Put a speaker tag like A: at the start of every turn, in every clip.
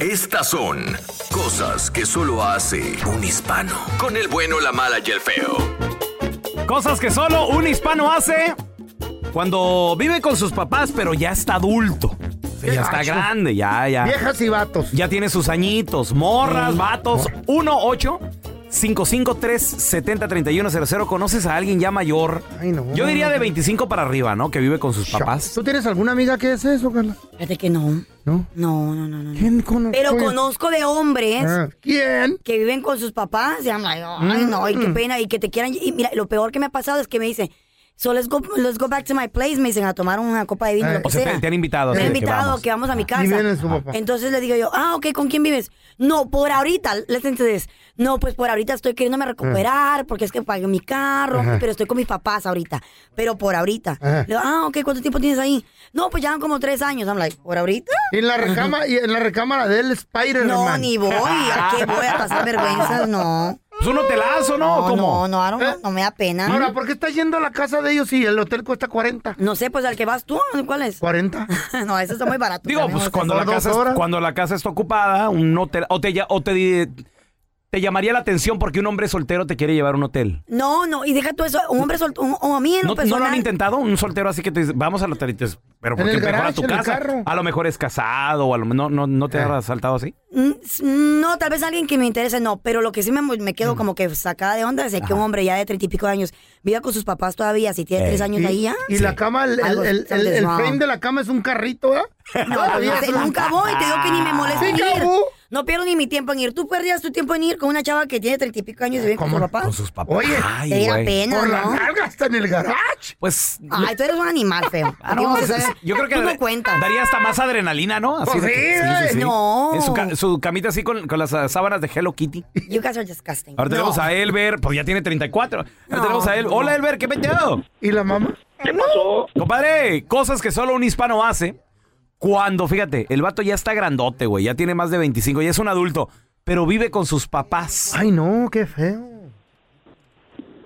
A: Estas son cosas que solo hace un hispano. Con el bueno, la mala y el feo.
B: Cosas que solo un hispano hace cuando vive con sus papás, pero ya está adulto. O sea,
C: Qué
B: ya está
C: gacho.
B: grande, ya, ya.
C: Viejas y vatos.
B: Ya tiene sus añitos, morras,
C: Mm.
B: vatos. 18 553 703100 ¿Conoces a alguien ya mayor?
C: Ay, no.
B: Yo diría de 25 para arriba, ¿no? Que vive con sus papás.
C: ¿Tú tienes alguna amiga que es eso, Carla?
D: Fíjate que no.
C: ¿No?
D: No, no, no, no. no.
C: ¿Quién cono-
D: Pero
C: coño?
D: conozco de hombres
C: Ah, ¿Quién? Mm.
D: que viven con sus papás y I'm like, ay, no, y qué pena, y que te quieran. Y mira, lo peor que me ha pasado es que me dicen, so let's go, let's go back to my place, me dicen, a tomar una copa de vino,
C: Eh.
D: lo
B: Ah,
D: que
B: O sea,
D: sea.
B: te, te han invitado.
D: Me
B: así
D: han
B: de que
D: invitado
B: vamos.
D: que vamos a mi casa.
C: Ah. Y viene su papá.
D: Entonces le digo yo, ah, ok, ¿con quién vives? No, por ahorita, les entendés. No, pues por ahorita estoy queriéndome recuperar porque es que pagué mi carro,
C: Ah. Ajá.
D: pero estoy con mis papás ahorita. Pero por ahorita.
C: Ajá.
D: Le digo, ah, ok, ¿cuánto tiempo tienes ahí? No, pues ya van como tres años. I'm like, ¿por ahorita?
C: Y en la recámara, y en la recámara del Spider-Man.
D: No, ni voy. ¿A qué voy a pasar vergüenzas? No.
B: Pues un hotelazo, ¿no?
D: No,
B: ¿Cómo?
D: no, no, I don't know,
C: ¿Eh?
D: no me da pena.
C: Ahora, ¿por qué estás yendo a la casa de ellos si el hotel cuesta 40?
D: No sé, pues al que vas tú, ¿cuál es?
C: ¿40?
D: no, eso está muy barato.
B: Digo,
D: también,
B: pues
D: o sea,
B: cuando la,
C: por dos
B: casa,
C: horas.
B: cuando la casa está ocupada, un hotel. O te, lla- o te, di- te llamaría la atención porque un hombre soltero te quiere llevar a un hotel.
D: No, no, y deja tú eso, un hombre soltero, un, o a mí en
B: ¿No, no
D: lo
B: lo han
D: personal-
B: intentado? Un soltero así que te dice, vamos al hotel. y te dice, Pero
C: En
B: porque
C: el
B: mejor a
C: garage,
B: tu
C: en el
B: casa.
C: carro.
B: A lo mejor es casado, o a lo no, no, no te
C: Eh.
B: ha saltado así.
D: Mm, s- No, tal vez alguien que me interese, no, pero lo que sí me, me
C: Mm.
D: quedo como que sacada de onda es de que un hombre ya de treinta y pico de años viva con sus papás todavía, si tiene
B: Ey.
D: tres años
C: Y,
D: ahí ya.
C: y la cama, el, el,
D: Algo
C: el- el- el
D: wrong.
C: frame de la cama es un carrito, ¿eh? ¿verdad?
D: No, pues, no sé, nunca voy, te digo que ni me molesta
B: Ah,
C: Sí,
D: en ir.
C: cabrón.
D: No pierdo ni mi tiempo en ir. Tú perdías tu tiempo en ir con una chava que tiene treinta y pico años y vive con
C: ¿Cómo?
D: sus papás.
B: Con sus papás.
C: Oye,
B: Ay,
D: Te da
B: güey.
D: pena,
C: Por la
D: ¿no?
C: nalga está en el garage.
B: Pues.
D: Ay, tú eres un animal feo.
B: Ah, no,
D: Digo,
B: es-
D: o sea,
B: es- yo creo que
D: tú
B: da-
D: no cuentas.
B: daría hasta más adrenalina, ¿no? Así
C: Pues
B: de que-
C: sí, güey.
D: No.
B: En su, ca- su camita así con, con las ah, sábanas de Hello Kitty.
D: You guys are disgusting.
B: Ahora tenemos
D: No.
B: a Elber, pues ya tiene 34. Ahora
D: No,
B: tenemos a él.
D: no.
B: Hola, Elber, ¿qué peteado?
C: ¿Y la mamá?
B: Compadre, cosas que solo un hispano hace cuando, fíjate, el vato ya está grandote, güey, ya tiene más de 25, ya es un adulto, pero vive con sus papás.
C: Ay, no, qué feo.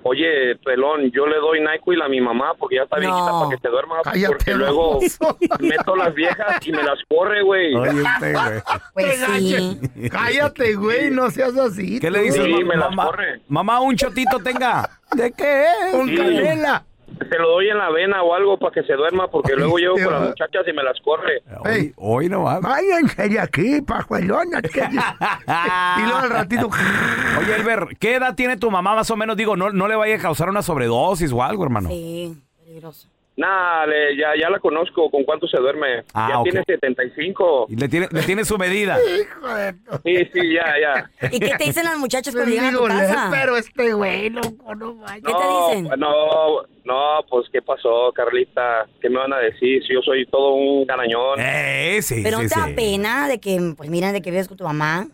E: Oye, pelón, yo le doy NyQuil a mi mamá porque ya está
D: No.
E: viejita para que se duerma. pues,
C: Cállate,
E: porque luego
C: baboso.
E: meto las viejas y me las corre, güey.
B: Oye, este, güey.
D: Pues sí.
C: Cállate, güey, no seas así.
B: ¿Qué le dices,
E: Sí, me las
B: mamá?
E: corre.
B: Mamá, un chotito tenga. ¿De qué es?
C: Con
E: Sí.
C: canela.
E: Se lo doy en la vena o algo para que se duerma porque luego llego con las muchachas y me las corre.
B: Hoy,
C: Ey.
B: hoy no va.
C: Váyanse de aquí, pajuelona. ¿qué dices? y luego al ratito.
B: Oye, Elber, ¿qué edad tiene tu mamá más o menos? Digo, no, no le vaya a causar una sobredosis o algo, hermano.
D: Sí, peligroso.
E: Nah, le- ya, ya la conozco con cuánto se duerme.
B: Ah,
E: ya
B: ok.
E: tiene 75.
B: Y le tiene, le tiene su medida.
C: Hijo de tu-
E: Sí, sí, ya, ya.
D: ¿Y qué te dicen las muchachas cuando llegan a tu
C: Digo, le-
D: casa?
C: pero este güey, loco, no vaya.
D: ¿Qué te
E: No,
D: dicen?
E: No, no, pues ¿qué pasó, Carlita? ¿Qué me van a decir? Si yo soy todo un garañón.
B: Eh, sí,
D: Pero
B: sí,
D: no te da
B: sí.
D: pena de que, pues mira, de que vives con tu mamá.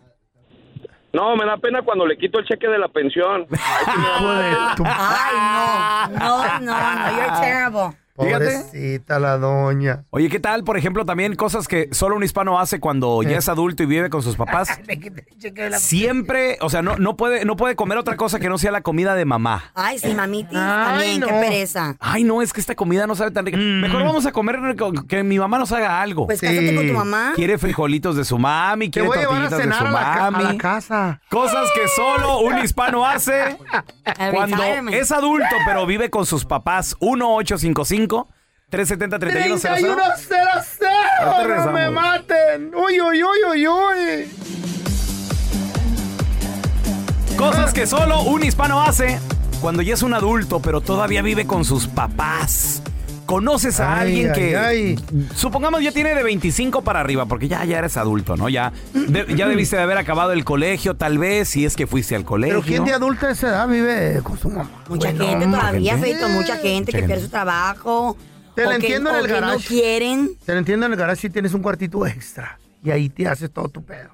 E: No, me da pena cuando le quito el cheque de la pensión.
C: Hijo de tu-
D: Ay, no, no, no, no, you're terrible.
B: Fíjate.
C: Pobrecita la doña.
B: Oye, ¿qué tal, por ejemplo, también cosas que solo un hispano hace cuando
D: Eh.
B: ya es adulto y vive con sus papás? Siempre, o sea, no, no, puede, no puede comer otra cosa que no sea la comida de mamá.
D: Ay, sí, mamitis,
C: Ay,
D: también, qué
C: no.
D: pereza.
B: Ay, no, es que esta comida no sabe tan rica.
C: Mm.
B: Mejor vamos a comer co- que mi mamá nos haga algo.
D: Pues
C: Sí.
D: cásate con tu mamá.
B: Quiere frijolitos de su mami,
C: Te
B: quiere
C: voy a llevar a
B: tortillitas de su
C: cenar a la, ca- a la
B: mami.
C: casa.
B: Cosas que solo un hispano hace
D: A
B: cuando
D: retirement.
B: es adulto, pero vive con sus papás. 1855 370 3100 Ahorita
C: 3100
B: regresamos.
C: no me maten. Uy, uy, uy, uy, uy.
B: Cosas que solo un hispano hace cuando ya es un adulto, pero todavía vive con sus papás. ¿Conoces a
C: Ay,
B: alguien
C: ay,
B: que,
C: ay.
B: supongamos ya tiene de 25 para arriba, porque ya, ya eres adulto, ¿no? Ya, de- ya debiste de haber acabado el colegio, tal vez, si es que fuiste al colegio.
C: Pero ¿quién de adulta de esa edad vive con su mamá?
D: Mucha
C: Bueno,
D: gente
B: mucha
D: todavía,
B: gente.
D: Feito, mucha gente que
B: gente.
D: pierde su trabajo.
C: Te la
D: o que-
C: entiendo en
D: o
C: el
D: que no
C: garage.
D: quieren.
C: Te lo entiendo en el garage si tienes un cuartito extra. Y ahí te haces todo tu pedo.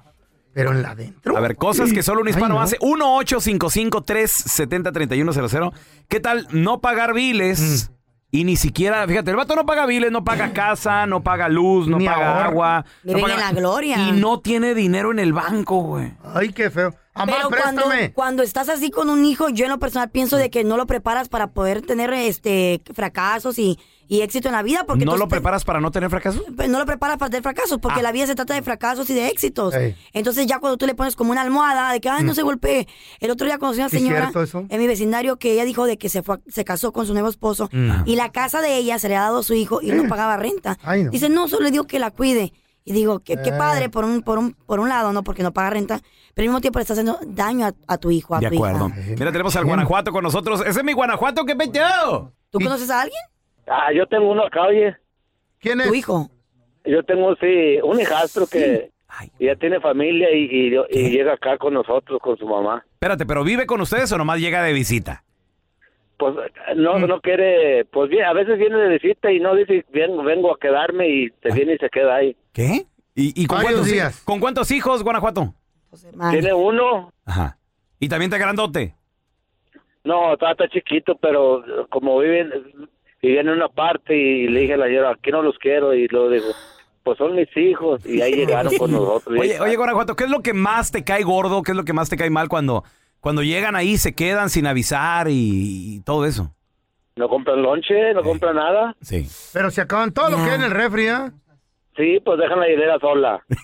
C: Pero en la dentro.
B: A ver, cosas que solo un hispano
C: Ay, no.
B: hace. 1-855-370-3100. ¿Qué tal no pagar biles?
C: Mm.
B: Y ni siquiera, fíjate, el vato no paga biles, no paga casa, no paga luz, no
C: Ni
B: paga
C: ahorra.
B: agua. no
D: Viven en
B: paga-
D: la gloria.
B: Y no tiene dinero en el banco, güey.
C: Ay, qué feo. Ah, Amá,
D: Pero cuando,
C: préstame.
D: cuando estás así con un hijo, yo en lo personal pienso de que no lo preparas para poder tener este fracasos y, y éxito en la vida. Porque
B: ¿No
D: tú
B: lo
D: estás-
B: preparas para no tener fracaso?
D: pues, no lo preparas para tener fracasos, porque la vida se trata de fracasos y de éxitos.
C: Ah. Ey.
D: Entonces ya cuando tú le pones como una almohada de que, ay, no se golpee. El otro día conocí a una
C: ¿Sí es
D: señora
C: cierto eso?
D: en mi vecindario que ella dijo de que se fue, a- se casó con su nuevo esposo
C: Mm.
D: y la casa de ella se le ha dado a su hijo y no pagaba renta.
C: Ah. Eh. Ay, no.
D: Dice, no, solo le digo que la cuide. Y digo, qué, qué
C: Eh.
D: padre por un, por un, por un lado, ¿no? Porque no paga renta, pero al mismo tiempo le está haciendo daño a, a tu hijo, a
B: De
D: tu hija.
C: Ah,
B: acuerdo. Mira, tenemos al Guanajuato con nosotros. Ese es mi Guanajuato, qué peteo.
D: ¿Tú conoces a alguien?
F: Ah, yo tengo uno acá, oye.
C: ¿Quién es?
D: Tu hijo.
F: Yo tengo, sí, un hijastro que
B: Ay.
F: ya tiene familia y, y- y llega acá con nosotros, con su mamá.
B: Espérate, ¿pero vive con ustedes o nomás llega de visita?
F: Pues no, no quiere, pues bien, a veces viene de visita y no dice, vengo, vengo a quedarme y te viene y se queda ahí.
B: ¿Qué? ¿Y, y con,
C: Varios
B: cuántos, hi-
C: días.
B: con cuántos hijos, Guanajuato?
D: Pues, hermano.
F: Tiene uno,
B: Ajá. ¿Y también te grandote?
F: No, está, está chiquito, pero como viven, viven en una parte y le dije a la señora, aquí no los quiero y luego digo, pues son mis hijos y ahí llegaron con nosotros.
B: Oye, oye, Guanajuato, ¿qué es lo que más te cae gordo? ¿Qué es lo que más te cae mal cuando, cuando llegan ahí, se quedan sin avisar y, y todo eso?
F: no compran lonche, no compran nada.
B: Sí.
C: Pero se acaban todo lo
D: Ya.
C: que hay en el refri, ¿ah?
F: Sí, pues dejan la hilera sola.
D: No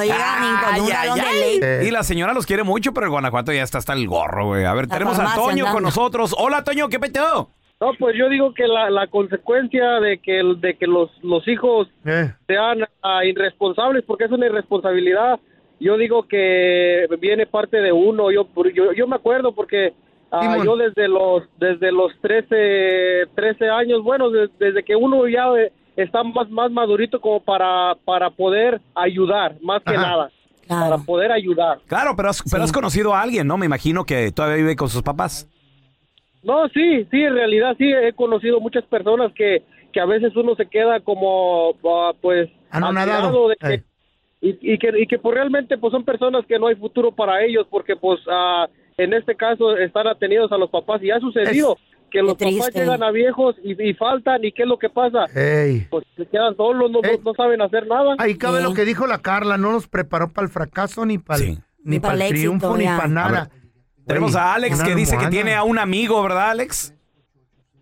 C: Ah.
D: llega ni con un galón de leche.
C: Eh.
B: Y la señora los quiere mucho, pero el Guanajuato ya está hasta el gorro, güey. A ver,
D: La
B: tenemos a
D: farmacia
B: Toño con
D: andando.
B: nosotros. Hola, Toño, ¿qué peteo?
G: No, pues yo digo que la, la consecuencia de que, el- de que los, los hijos
C: Eh.
G: sean ah, irresponsables, porque es una irresponsabilidad, yo digo que viene parte de uno. Yo, yo, yo me acuerdo porque ah,
C: Simón.
G: yo desde los, desde los 13, 13 años, bueno, de- desde que uno ya eh, está más, más madurito como para, para poder ayudar, más que
C: Ajá.
G: nada, para
D: Claro.
G: poder ayudar.
B: Claro, pero has, pero has conocido a alguien, ¿no? Me imagino que todavía vive con sus papás.
G: No, sí, sí, en realidad sí, he conocido muchas personas que, que a veces uno se queda como, ah, pues,
C: Anonadado.
G: admirado de que-
C: Eh.
G: y, y que, y que pues, realmente pues son personas que no hay futuro para ellos porque pues ah, en este caso están atenidos a los papás y ha sucedido que los papás
D: triste.
G: llegan a viejos y, y faltan y qué es lo que pasa,
C: Ey.
G: pues se quedan solos, no, no-
C: Eh.
G: no saben hacer nada.
C: Ahí cabe
D: Eh.
C: lo que dijo la Carla, no nos preparó para el fracaso ni para
B: Oh. Sí.
C: ni
D: Ni
C: para
D: pa'l
C: el
D: éxito,
C: triunfo ni
D: ya.
C: para nada.
B: Tenemos
C: Güey,
B: a Alex
C: una
B: que dice que
C: almohada.
B: tiene a un amigo, ¿verdad, Alex?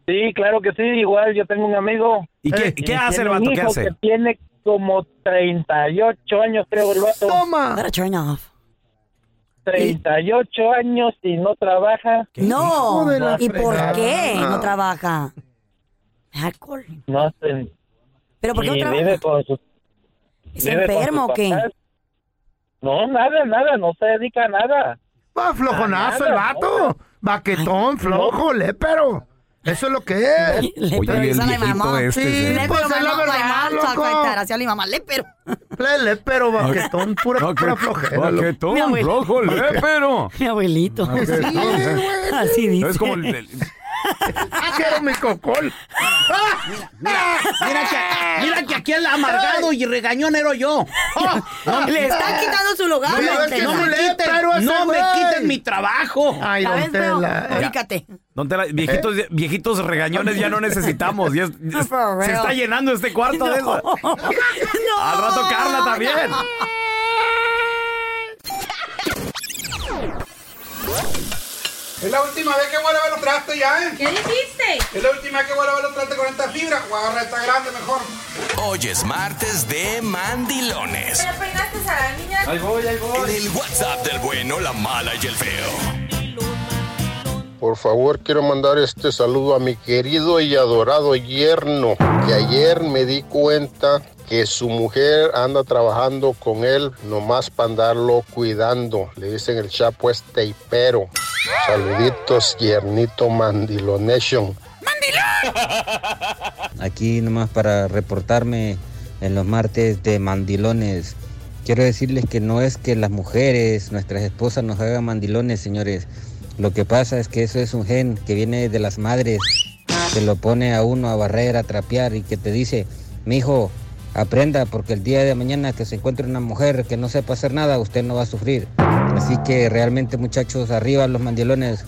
H: Sí, claro que sí, igual yo tengo un amigo.
B: ¿Y qué,
C: Eh,
B: qué
H: que
B: hace el
H: tiene un
B: vato? ¿Qué
H: hijo
B: hace?
H: Que tiene como 38 años, creo, el vato.
C: Toma.
D: Better turn off.
H: 38 años y no trabaja.
D: No.
C: hijo de la
D: ¿Y por
C: fregada?
D: qué no trabaja? Alcohol.
H: Ah. No sé.
D: ¿Pero por qué no
H: y
D: trabaja?
H: vive con sus-
D: ¿Es
H: vive con
D: enfermo
H: sus
D: o qué?
H: papás. No, nada, nada, no se dedica a nada.
C: Va flojonazo
H: Nada,
C: el vato. Baquetón, flojo, lépero. Eso es lo que es.
D: Le
B: Oye, bien
D: a mi
B: viejito
D: mamá.
B: este, sí.
D: Le
C: Pues
D: pero
C: es la
D: mamá,
C: verdad,
D: mamá,
C: loco.
D: saco de estar hacia mi mamá, le pero.
C: Ple- Lépero, baquetón, pura, pura flojera. loco.
D: Mi abuelo.
B: rojo, pero.
D: Mi abuelito. Así dice.
B: Es como el- el-
C: Quiero mi cocol.
I: Mira que, mira que aquí el amargado y regañón era yo. Oh, no,
D: Le están quitando su lugar.
C: Oye,
D: don
C: es que
D: Tela.
C: no
I: me quiten,
C: Pero ese
I: no me
C: güey.
I: quiten mi trabajo.
C: Ay,
D: ¿Sabes,
C: don
D: pero?
C: Tela. eh.
D: Ubícate.
B: Don Tela, viejitos, viejitos regañones ya no necesitamos. ya es-
D: for
B: se
D: real.
B: está llenando este cuarto de eso.
D: No.
B: Al rato Carla también.
J: Es la última vez que voy a lavar los trastes ya, ¿eh? ¿Qué dijiste? Es la última vez que voy a lavar los trastes con esta fibra. Voy a agarrar esta grande mejor.
A: Hoy es martes de mandilones.
J: Ahí voy, ahí voy.
A: En el WhatsApp del bueno, la mala y el feo.
K: Por favor, quiero mandar este saludo a mi querido y adorado yerno, que ayer me di cuenta que su mujer anda trabajando con él nomás para andarlo cuidando. Le dicen el chapo este y pero. Saluditos, yernito mandilonation.
L: aquí nomás para reportarme en los martes de mandilones. Quiero decirles que no es que las mujeres, nuestras esposas nos hagan mandilones, señores. Lo que pasa es que eso es un gen que viene de las madres, que lo pone a uno a barrer, a trapear y que te dice, mijo, Aprenda, porque el día de mañana que se encuentre una mujer que no sepa hacer nada, usted no va a sufrir. Así que realmente muchachos, arriba los mandilones.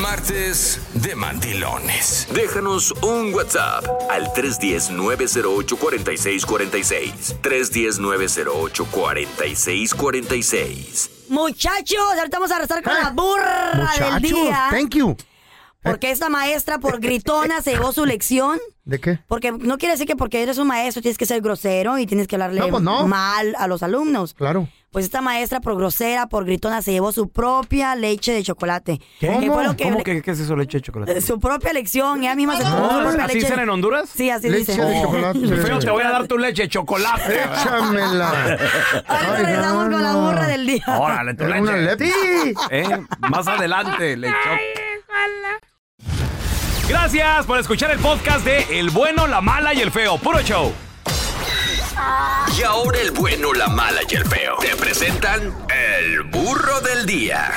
A: Martes de Mandilones. Déjanos un WhatsApp al 310-908-4646. 310-908-4646.
D: Muchachos, ahorita vamos a arrasar con la burra del día.
C: Eh. thank you. Eh.
D: Porque esta maestra por gritona se llevó su lección.
C: ¿De qué?
D: Porque no quiere decir que porque eres un maestro tienes que ser grosero y tienes que hablarle
C: No, pues no.
D: mal a los alumnos.
C: Claro.
D: Pues esta maestra por grosera, por gritona, se llevó su propia leche de chocolate.
B: ¿Qué?
D: Que fue lo que-
B: ¿Cómo que, qué es eso, leche de chocolate?
D: eh, Su propia lección, ella misma se tomó su propia
B: ¿Así
D: leche
B: dicen
D: de-
B: en Honduras?
D: Sí, así
B: Leche
D: dicen.
B: de chocolate. Feo, te voy a dar tu leche de chocolate.
C: Échamela.
D: Ahora regresamos con la burra del día.
B: Órale, tu leche.
C: Una leche.
B: Eh, Más adelante, leche. Gracias por escuchar el podcast de El Bueno, la Mala y el Feo. Puro show.
A: Y ahora el bueno, la mala y el feo. Te presentan el burro del día.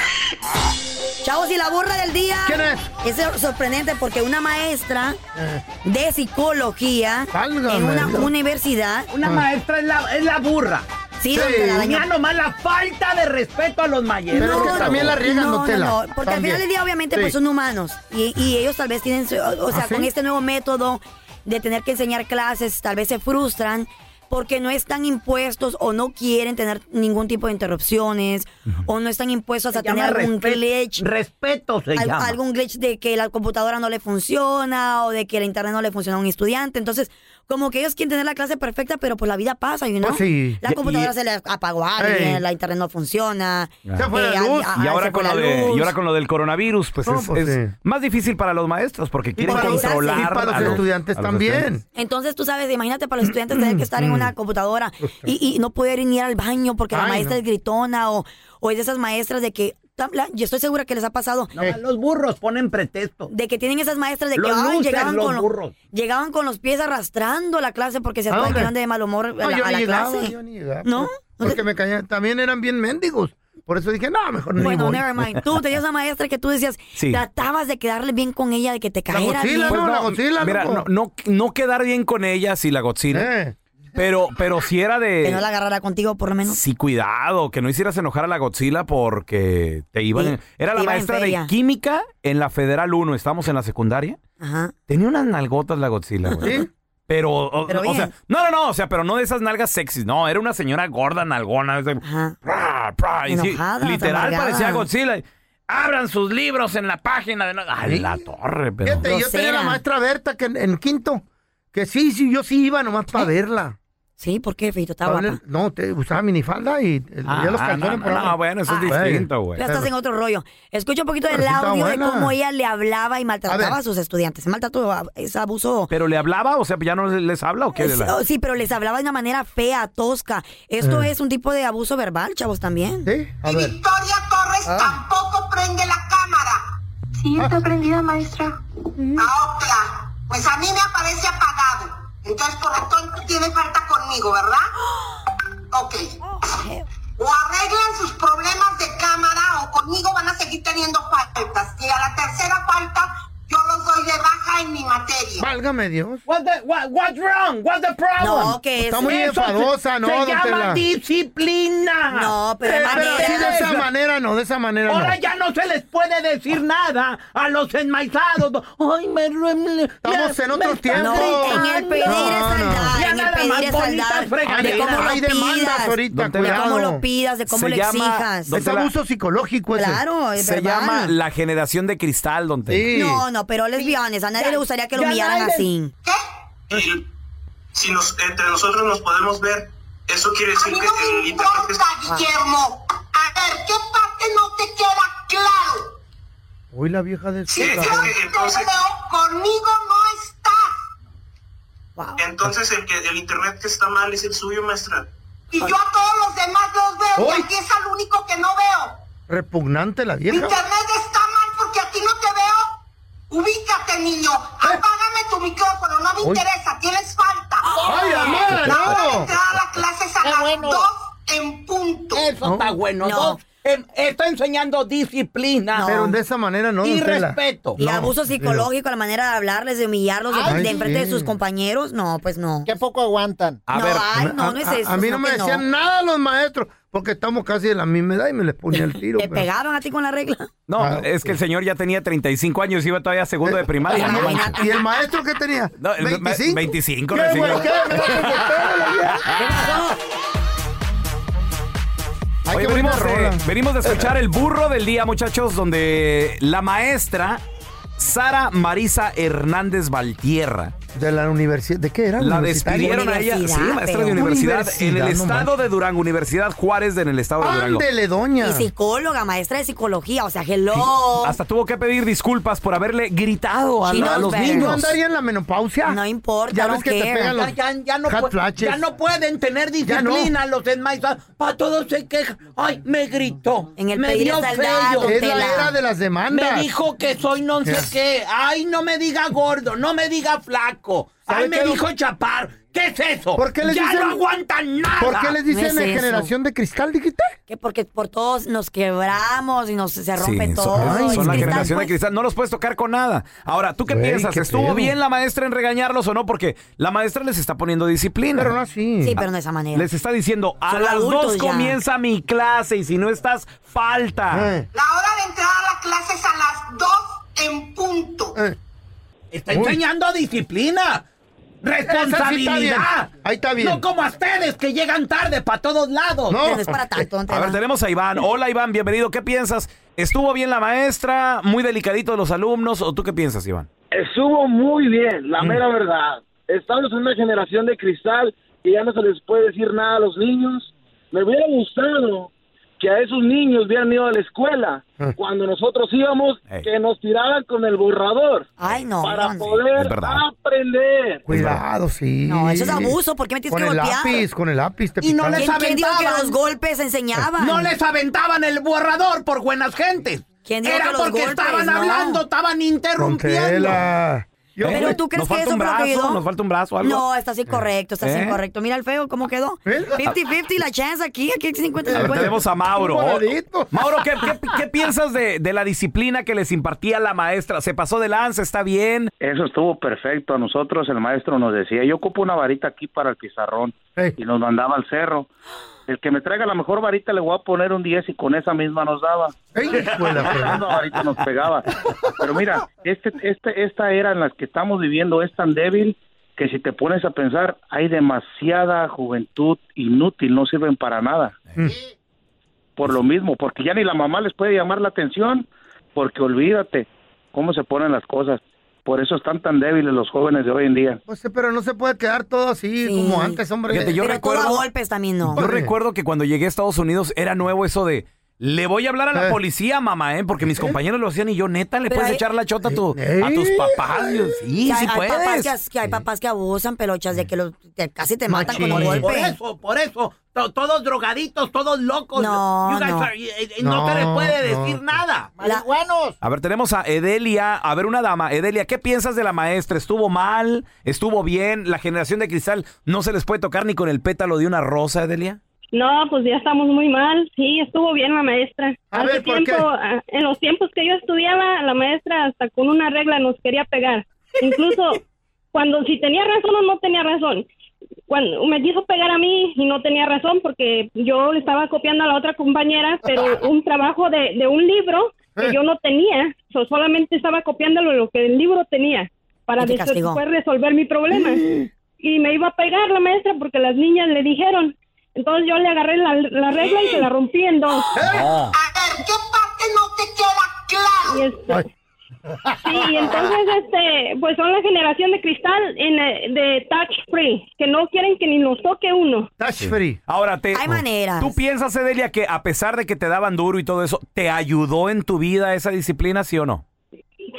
D: Chavos, y la burra del día. ¿Quién es? Es sorprendente porque una maestra
B: Eh.
D: de psicología en una universidad.
I: Una maestra es la, es la burra.
D: Sí, don Telaraño.
I: Mira nomás la falta de respeto a los mayores.
D: no, no, no, porque al final del día obviamente pues son humanos y, y ellos tal vez tienen, su- o, o sea,
I: ¿Ah, sí?
D: con este nuevo método de tener que enseñar clases, tal vez se frustran porque no están impuestos o no quieren tener ningún tipo de interrupciones o no están impuestos a
I: Se llama
D: tener algún
I: respe-
D: glitch.
I: respeto se
D: Al-
I: llama.
D: Algún glitch de que la computadora no le funciona o de que la internet no le funciona a un estudiante. Entonces, como que ellos quieren tener la clase perfecta, pero pues la vida pasa, y no
B: Pues sí.
D: La
B: Y-
D: computadora
B: y-
D: se le apagó a alguien,
B: Ey.
D: la internet no funciona.
B: Ya fue la
D: eh, al-
B: luz.
D: a-
B: y,
D: a-
B: ahora
D: se fue
B: con lo
D: la
B: de-
D: luz.
B: y ahora con lo del coronavirus, pues,
C: No,
B: es,
C: pues,
B: es más difícil para los maestros porque quieren
C: para los-
B: controlar
C: y para los
B: a
C: estudiantes
B: a los
C: también.
B: estudiantes.
D: Entonces, tú sabes, imagínate para los estudiantes tener que estar en
B: Mm.
D: una computadora y, y no poder ni ir al baño porque la
I: Ay,
D: maestra
I: no.
D: es gritona o, o es de esas maestras de que. tam- la- Yo estoy segura que les ha pasado.
I: Los burros ponen pretexto.
D: de que tienen esas maestras de que
I: Los
D: ay,
I: losers,
D: llegaban,
I: los
D: con los-
I: burros.
D: llegaban con los pies arrastrando a la clase porque se
C: ¿A
D: estaban
C: dónde?
D: quedando de mal humor a la,
C: No, yo
D: a
C: ni
D: la
C: llegaba,
D: clase.
C: yo ni llegaba.
D: ¿No?
C: pues, Porque me caían, también eran bien mendigos. Por eso dije, no, mejor no.
D: Bueno, never mind. Tú tenías una maestra que tú decías,
B: Sí.
D: tratabas de quedarle bien con ella, de que te
B: Pues
D: cayera bien.
B: Mira, no, no, no quedar bien con ella si la Godzilla.
C: Eh.
B: Pero, pero si era de.
D: Que no la agarrara contigo, por lo menos.
B: Sí, cuidado, que no hicieras enojar a la Godzilla porque te iban.
D: Sí,
B: en- Era
D: te
B: la
D: iba en
B: maestra de
D: feria.
B: química en la Federal 1, estábamos en la secundaria.
D: Ajá.
B: Tenía unas nalgotas la Godzilla, güey. Pero, o,
D: Pero
B: o
D: bien.
B: sea, no, no, no, o sea, pero no de esas nalgas sexys, no, era una señora gorda, nalgona, ese-
I: Ah,
B: pra, pra, y sí,
D: Enojadas,
B: literal
D: amargadas.
B: parecía Godzilla. y, Abran sus libros en la página de... no-". A la torre, pero...
C: Fíjate, yo tenía la maestra Berta que en, en quinto, que sí, sí, yo sí iba nomás para verla.
D: Sí, ¿por qué, Feito?
C: Estaba
D: guapa.
C: No, te usaba minifalda y eh,
B: Ah,
C: ya los
B: ah,
C: calzones Ah,
B: no,
C: por
B: no,
C: abajo.
B: no, bueno, eso es distinto, güey.
D: Ya estás en otro rollo. Escucha un poquito
C: Pero
D: del
C: sí está
D: audio de
C: buena.
D: cómo ella le hablaba y
B: A
D: maltrataba
B: ver.
D: a sus estudiantes. Maltrató, ah, eh, es abuso
B: ¿Pero le hablaba? O sea, ¿ya no les habla o qué? de
D: Sí,
B: la-
D: oh, Sí, pero les hablaba de una manera fea, tosca. Esto
B: Eh.
D: es un tipo de abuso verbal, chavos, también.
C: Sí, a ver. Ah.
M: Victoria Torres tampoco prende la cámara. Sí, está prendida, maestra. Ah, ok. Pues a mí me aparece apagado. Entonces, por lo tanto, tiene falta conmigo, ¿verdad? Ok. O arreglan sus problemas de cámara o conmigo van a seguir teniendo faltas. Y a la tercera falta, yo los doy de baja en mi materia.
C: Válgame Dios.
I: What the- what- what's wrong? What's the problem?
M: No, que
C: Está es- muy
I: Eso se-
C: enfadosa, ¿no,
I: Se
C: don Tela?
I: llama disciplina.
C: No, pero Eh, pero manera. sí, de esa manera no, de esa manera
I: Ahora
C: no. Ah.
I: ya no se les puede decir nada a los enmaizados. Ay, me... me- me-
C: Estamos en otros
I: me-
C: tiempos.
I: No,
D: En el pedir es andar,
I: Ya
D: en el
I: nada más
D: pedir es
I: bonitas
D: andar. De
I: fregaderas.
D: cómo lo
I: Hay demandas
D: pidas,
C: ahorita,
D: de cómo
C: cuidado.
D: lo pidas, de cómo
B: Se
D: lo
B: llama-
D: exijas.
B: don
C: Es
B: Tela-
C: abuso psicológico ese.
D: Claro, es
B: Se
D: verbal.
B: llama la generación de cristal, don Tela.
D: No, no, pero les honest, a nadie
M: Ya-
D: le gustaría que lo
M: ya
D: humillaran
M: nadie-
D: así.
N: si nos, entre nosotros nos podemos ver, eso quiere
M: A
N: decir
M: mí
N: que
M: no me
N: el internet
M: importa,
N: es-
M: Guillermo. A ver, ¿qué parte no te queda claro?
C: Uy, la vieja de
M: Si yo te veo conmigo no está.
N: Entonces el que el internet que está mal es el suyo, maestra.
C: Ah.
M: Y yo a todos los demás los veo
C: Uy.
M: y aquí es al único que no veo.
C: Repugnante la vieja.
M: Internet está mal porque aquí no te veo. Ubícate, niño. Apágame tu micrófono, no me
C: ¿Eh? Uy.
M: interesa, tienes falta.
C: Ay, amor,
M: La hora de
C: no.
M: entrar a la clase es a
C: Qué
M: las
C: bueno.
M: dos en punto.
I: Eso está bueno.
M: No.
I: Dos te está enseñando disciplina.
C: Pero de esa manera no.
I: Y
C: don Tela.
I: respeto.
D: Y
C: No,
D: abuso
C: pero-
D: psicológico, la manera de hablarles, de humillarlos de,
C: Ay,
D: de enfrente
C: sí.
D: de sus compañeros, no, pues no. Qué
O: poco aguantan.
B: A ver.
D: ay, no, no es
C: A-
D: eso.
C: A, mí no, me
D: que
C: decían nada los maestros, porque estamos casi de la misma edad y me les ponía el tiro.
D: Te
C: pero-
D: pegaban a ti con la regla.
B: No,
C: Ah,
B: es que el señor ya tenía 35 años, iba todavía a segundo de primaria.
C: ¿Y el maestro qué tenía?
B: No, el-
C: 25.
B: 25,
C: ¿Qué,
B: recién
C: güey?
B: graduado.
C: ¿Qué? Me la tengo Ay,
B: Oye,
C: qué buena
B: venimos, de,
C: rola.
B: venimos de escuchar el burro del día, muchachos, donde la maestra Sara Marisa Hernández Valtierra
C: De la universidad. ¿De qué era?
B: la
C: Universitaria.
B: despidieron a ella, sí, maestra de universidad, en el
C: Universidad, no
B: estado de Durango, Universidad Juárez en el estado de Durango.
C: Ándele, doña.
D: Y psicóloga, maestra de psicología, o sea, hello.
B: Hasta tuvo que pedir disculpas por haberle gritado a,
D: She
B: a
D: knows
B: los
D: better.
B: niños.
D: No andaría
C: en la menopausia?
D: No importa,
C: Ya
D: no
C: ves que te
D: care.
C: pegan los-
I: Ya, ya no
C: Cat
I: pue-
C: flashes.
I: ya no pueden tener
C: Ya no.
I: disciplina los desmaizados. Para todos se quejan. Ay, me gritó. En
C: el
I: me
C: pedir
I: dio
C: hasta el
I: feo.
C: dato, Es la Tela. era de las demandas.
I: Me dijo que soy no sé
C: Ya.
I: qué. Ay, no me diga gordo, no me diga flaco.
C: ¿Sabe
I: Ay, me
C: qué?
I: dijo chapar. ¿Qué es eso?
C: ¿Por qué les
I: ya
C: dicen-
I: no aguantan nada.
C: ¿Por qué les dicen
D: No es
C: eh,
D: eso.
C: generación de cristal, dijiste?
D: Que porque por todos nos quebramos y nos se
B: Sí,
D: rompe
B: son-
D: todo.
B: son,
D: y
B: la
D: cristal,
B: generación
D: pues.
B: de cristal. No los puedes tocar con nada. Ahora, ¿tú qué
C: Güey,
B: piensas?
C: qué
B: ¿Estuvo
C: pedo.
B: bien la maestra en regañarlos o no? Porque la maestra les está poniendo disciplina.
C: Pero no así.
D: Sí, pero de esa manera.
B: Les está diciendo, a
D: Son
B: las
D: adultos
B: dos
D: ya.
B: comienza mi clase y si no estás, falta.
C: Eh.
O: La hora de entrar a la clase es a las 2 en punto.
C: Eh.
I: Está enseñando disciplina. Responsabilidad.
C: Ahí está bien.
I: No como a ustedes que llegan tarde para todos lados.
B: A ver, tenemos a Iván. Hola, Iván, bienvenido. ¿Qué piensas? ¿Estuvo bien la maestra? ¿Muy delicadito de los alumnos? ¿O tú qué piensas, Iván?
P: Estuvo muy bien,
C: Mm.
P: la mera verdad. Estamos en una generación de cristal y ya no se les puede decir nada a los niños. Me hubiera gustado que a esos niños hubieran ido a la escuela
C: Ah.
P: cuando nosotros íbamos,
B: Ey.
P: que nos tiraban con el borrador para poder
C: Es verdad.
P: aprender.
C: Cuidado, sí.
D: No, eso es abuso, ¿por qué me tienes
C: con
D: que golpear?
C: el lápiz, con el lápiz te
I: Y no
C: picaban.
I: les
D: ¿Quién- quién dijo que
I: aventaban?
D: los golpes enseñaban?
I: No les aventaban el borrador por buenas gentes.
D: ¿Quién dijo
I: Era
D: que los
I: porque
D: golpes?
I: estaban
D: No.
I: hablando, estaban interrumpiendo.
C: Tela. Yo-
D: Pero tú crees
B: nos
D: que
B: falta
D: eso
B: un
D: fue lo que
B: brazo,
D: ayudó?
B: nos falta un brazo, algo.
D: No, estás incorrecto, estás
B: ¿Eh?
D: incorrecto. Mira el feo, ¿cómo quedó? 50-50 la chance aquí, aquí
B: A ver,
D: 50-50.
B: tenemos a Mauro.
D: Un
C: boladito.
B: Mauro, ¿qué, qué- qué piensas de, de la disciplina que les impartía la maestra? ¿Se pasó de lanza? ¿Está bien?
Q: Eso estuvo perfecto. A nosotros el maestro nos decía, yo ocupo una varita aquí para el pizarrón. Y nos mandaba al cerro. El que me traiga la mejor varita le voy a poner un 10 y con esa misma nos daba. Esa varita nos pegaba. Pero mira, este, este, esta era en la que estamos viviendo es tan débil que si te pones a pensar, hay demasiada juventud inútil, no sirven para nada. Por lo mismo, porque ya ni la mamá les puede llamar la atención, porque olvídate cómo se ponen las cosas. Por eso están tan débiles los jóvenes de hoy en día.
C: Pues, pero no se puede quedar todo así como antes, hombre.
B: Fíjate, yo
D: Pero todo a
B: recuerdo-
D: golpes también no.
B: Yo recuerdo que cuando llegué a Estados Unidos era nuevo eso de. Le voy a hablar a la policía, mamá, ¿eh? Porque mis compañeros lo hacían y yo, neta, le
D: Pero
B: puedes
D: hay-
B: echar la chota a, tu- a tus papás. Yo, sí, sí
D: Que hay, hay papás
B: puedes.
D: que, as- que hay papás que abusan, pelochas, de que los- te- casi te matan
I: Machín.
D: con un
I: Por
D: golpe.
I: eso, por eso. to- todos drogaditos, todos locos.
D: No,
I: You guys
D: no.
I: are- eh, eh, no,
B: No,
I: se les puede
B: no.
I: decir nada.
O: ¡Marihuanos!
B: A ver, tenemos a Edelia. A ver, una dama. Edelia, ¿qué piensas de la maestra? ¿Estuvo mal? ¿Estuvo bien? ¿La generación de cristal no se les puede tocar ni con el pétalo de una rosa, Edelia?
R: No, pues ya estamos muy mal. Sí, estuvo bien la maestra.
B: A
R: Hace
B: ver, ¿por
R: tiempo,
B: qué?
R: ah, en los tiempos que yo estudiaba, la maestra hasta con una regla nos quería pegar. Incluso cuando si tenía razón o no tenía razón. Cuando me quiso pegar a mí y no tenía razón porque yo le estaba copiando a la otra compañera, pero un trabajo de, de un libro
B: Eh.
R: que yo no tenía, so- solamente estaba copiándolo lo que el libro tenía para
D: Y te
R: des-
D: castigó.
R: después resolver mi problema. Y me iba a pegar la maestra porque las niñas le dijeron. Entonces yo le agarré la, la regla y se la rompí en dos. Y este- Sí, y entonces, este, pues son la generación de cristal en, eh, de touch free, que no quieren que ni nos toque uno.
B: Sí. Ahora, te,
R: Hay maneras.
B: ¿tú piensas, Edelia, que a pesar de que te daban duro y todo eso, ¿te ayudó en tu vida esa disciplina, sí o no?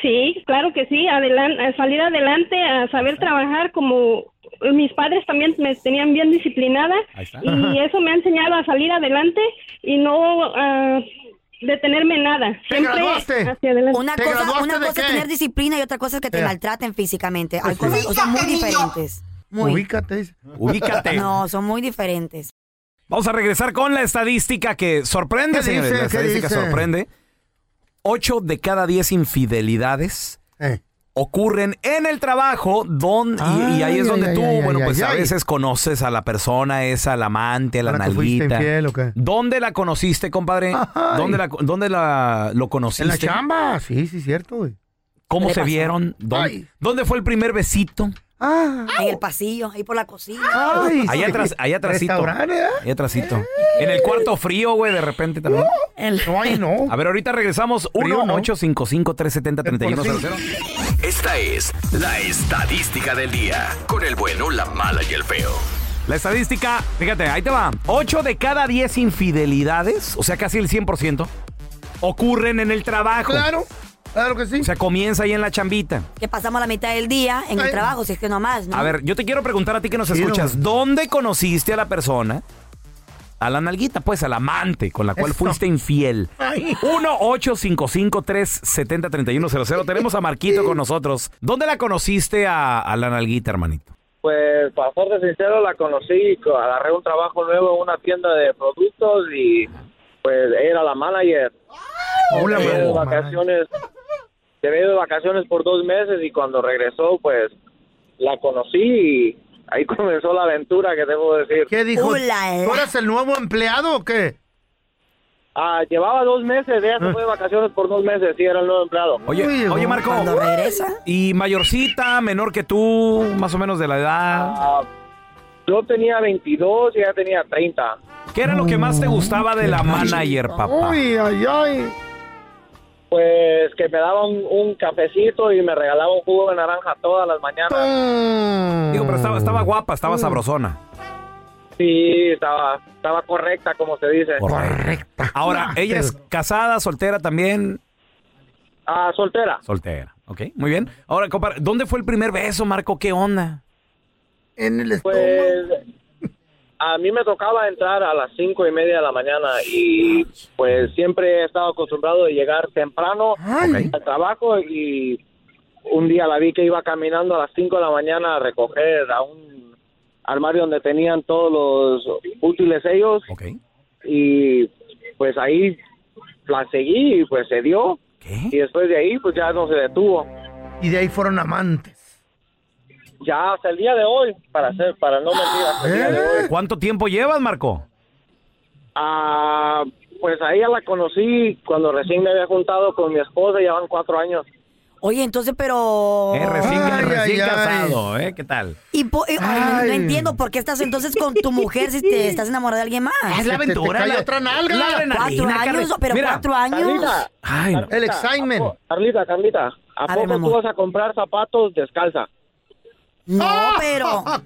R: Sí, claro que sí, adelan- a salir adelante, a saber trabajar como mis padres también me tenían bien disciplinada
B: Ahí está.
R: y eso me ha enseñado a salir adelante y no ah, detenerme en nada. Siempre hacia adelante.
D: Una cosa, una cosa es tener disciplina y otra cosa es que te
R: Mira.
D: maltraten físicamente. Hay
R: Pues
D: cosas
R: sí.
D: o sea, muy
R: Ubícate, niño.
D: diferentes. Muy.
C: Ubícate. dice.
B: Ubícate.
D: No, son muy diferentes.
B: Vamos a regresar con la estadística que sorprende,
C: ¿Qué
B: señores.
C: dice?
B: La
C: ¿Qué
B: estadística
C: dice?
B: sorprende. Ocho de cada diez infidelidades
C: Eh.
B: ocurren en el trabajo don, y- y, ahí es
C: Ay,
B: donde
C: ay,
B: tú,
C: ay,
B: bueno,
C: ay,
B: pues
C: ay,
B: a
C: ay.
B: veces conoces a la persona esa, al amante, a la
C: ¿Para que fuiste
B: nalguita.
C: infiel o qué?
B: ¿Dónde la conociste, compadre?
C: Ay.
B: ¿Dónde, la, ¿Dónde la lo conociste?
C: En la chamba, sí, sí, cierto, güey.
B: ¿Cómo
C: ¿Qué
B: se
C: pasó?
B: vieron? ¿Dónde,
C: Ay.
B: dónde fue el primer besito?
D: En el pasillo, ahí por la cocina.
B: allá atrás, allá atrásito.
C: Restaurante, ¿eh?
B: Allá atrásito. En el cuarto frío, güey, de repente también.
C: Ay, no.
B: A ver, ahorita regresamos. 1-855-370-3100.
A: Esta es la estadística del día. Con el bueno, la mala y el feo.
B: La estadística, fíjate, ahí te va. 8 de cada 10 infidelidades, o sea, casi el 100%, ocurren en el trabajo.
C: Claro, claro que sí.
B: O sea, comienza ahí en la chambita.
D: Que pasamos la mitad del día en el trabajo, si es que no más, ¿no?
B: A ver, yo te quiero preguntar a ti que nos
D: Sí,
B: escuchas, ¿dónde conociste a la persona? A la nalguita, pues, al amante con la cual fuiste infiel. 1-855-370-3100. Tenemos a Marquito con nosotros. ¿Dónde la conociste a, a la nalguita, hermanito?
G: Pues, para ser sincero, la conocí, co- agarré un trabajo nuevo en una tienda de productos y pues era la manager.
C: Hola,
G: me de vacaciones, se había ido de vacaciones por dos meses y cuando regresó, pues la conocí y ahí comenzó la aventura que debo decir.
C: ¿Qué dijo?
D: eh.
C: ¿Tú eres el nuevo empleado o qué?
G: Ah, llevaba dos meses, ella se fue de vacaciones por dos meses y era el nuevo empleado.
B: Oye, oye Marco. ¿Y mayorcita, menor que tú, más o menos de la edad?
G: Ah, yo tenía 22 y ella tenía 30.
B: ¿Qué era lo que más te gustaba de la manager, papá?
C: Mm, Uy, ay, ay.
G: Pues que me daba un, un cafecito y me regalaba un jugo de naranja todas las
C: Mm.
G: mañanas.
B: Digo, pero estaba, estaba guapa, estaba sabrosona.
G: Sí, estaba, estaba correcta, como se dice.
B: Correcta.
C: Ah,
B: Ahora, ¿ella es casada, soltera también?
G: Ah, soltera.
B: Soltera, ok, muy bien. Ahora, compadre, ¿dónde fue el primer beso, Marco? ¿Qué onda?
C: En el
G: Pues a mí me tocaba entrar a las cinco y media de la mañana y pues siempre he estado acostumbrado de llegar temprano al trabajo y un día la vi que iba caminando a las cinco de la mañana a recoger a un armario donde tenían todos los útiles ellos y pues ahí la seguí y pues se dio y después de ahí pues ya no se detuvo
C: Y de ahí fueron amantes.
G: ya hasta el día de hoy para ser para no mentir hasta el día de
C: ¿Eh?
G: hoy
B: ¿Cuánto tiempo llevas, Marco?
G: Ah, pues a ella la conocí cuando recién me había juntado con mi esposa, ya van cuatro años.
D: Oye, entonces, pero.
B: Eh, recién recién
G: ay, ay.
B: casado, ¿eh? ¿Qué tal?
D: Y po- y- ay, no- no,
B: Ay.
D: entiendo por qué estás entonces con tu mujer si te estás enamorada de alguien más.
B: Ah, Es la aventura, la- la adrenalina,
D: Cuatro años,
B: Carmen.
D: pero
B: Mira.
D: cuatro años.
G: Carlita,
B: Ay, no.
G: Carlita, ¿a po- Carlita, Carlita, ¿a,
D: ver,
G: poco
D: mi
G: tú vas a comprar zapatos descalza?
D: No, pero. Ah,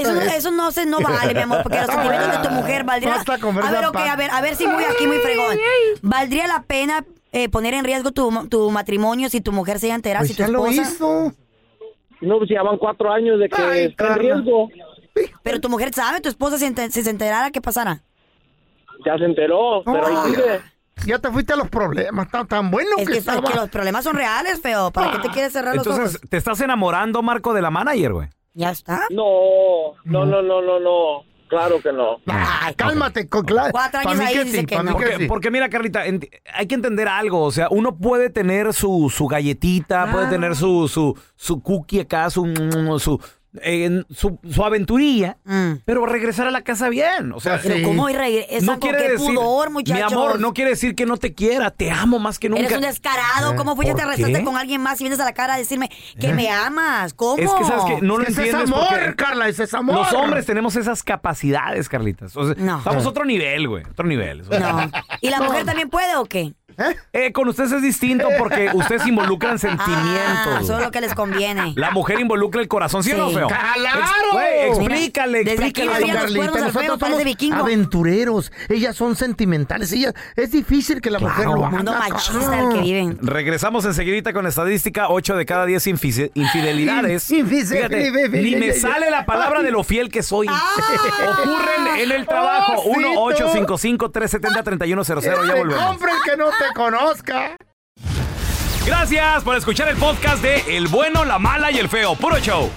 D: eso,
G: está.
D: eso no se no vale, mi amor, porque los sentimientos de tu mujer valdría.
G: Basta con ver
D: a ver,
G: la
D: ok,
G: pan.
D: a ver, a ver si muy aquí muy fregón. ¿Valdría la pena eh, poner en riesgo tu, tu matrimonio si tu mujer se iba a enterar, si tu esposa?
G: No, pues ya van cuatro años de que está en riesgo.
D: Pero tu mujer sabe, tu esposa, si, ente- si se enterara, ¿qué pasara?
G: Ya se enteró, pero ahí
C: Ah.
G: sigue.
C: Ya te fuiste a los problemas, tan, tan bueno
D: Es
C: que,
D: que, es
C: estaba.
D: que los problemas son reales, feo. ¿Para qué te quieres cerrar los
B: Entonces,
D: ojos?
B: ¿te estás enamorando, Marco, de la manager, güey?
D: Ya está.
G: No, no, no, no, no, no. Claro que no.
C: cálmate, con cla-
D: Cuatro
C: pa'
D: años
C: mí
D: ahí
C: que
D: dice
C: sí,
D: que
C: pa' mí
D: no.
C: que
B: Porque,
C: sí.
B: porque mira, Carlita, enti- hay que entender algo. O sea, uno puede tener su, su galletita, puede tener su, su, su cookie acá, su, su, eh, su, su aventurilla,
D: Mm.
B: pero regresar a la casa bien. O sea,
D: Pero ¿cómo y regresar? ¿Con qué pudor,
B: Mi
D: muchachos?
B: amor, no quiere decir que no te quiera. Te amo más que nunca.
D: Eres un
C: Eh,
D: descarado. ¿Cómo fuiste te
B: ¿Por
D: arrastraste
B: qué?
D: con alguien más y vienes a la cara a decirme que
B: ¿Eh?
D: me amas? ¿Cómo?
B: Es que sabes que no lo
C: Es que ese
B: entiendes.
C: amor,
B: porque
C: Carla, ese es amor.
B: Los hombres tenemos esas capacidades, Carlitas. O sea,
D: No.
B: Estamos otro nivel, güey. Otro nivel. O sea,
D: No. ¿Y la mujer también puede o qué?
B: eh, con ustedes es distinto porque ustedes involucran sentimientos.
D: Ah, solo lo que les conviene.
B: La mujer involucra el corazón, ¿sí, o no,
D: Sí.
B: feo?
D: ¡Claro!
B: Ex- güey, explícale,
D: Mira, desde aquí
B: explícale.
D: le habían los cuernos al feo, parece vikingo.
C: aventureros, ellas son sentimentales, ellas, es difícil que la mujer lo haga.
D: mundo machista el que viven.
B: Regresamos enseguidita con estadística 8 de cada 10 infici- infidelidades.
C: Infici-
B: Fíjate, ni me sale la palabra de lo fiel que soy.
D: Ah.
B: Ocurren en el trabajo.
C: Osito.
B: 1-855-370-3100. Ya
C: Este
B: volvemos.
C: hombre que no te conozca.
B: Gracias por escuchar el podcast de El Bueno, La Mala y El Feo. Puro show.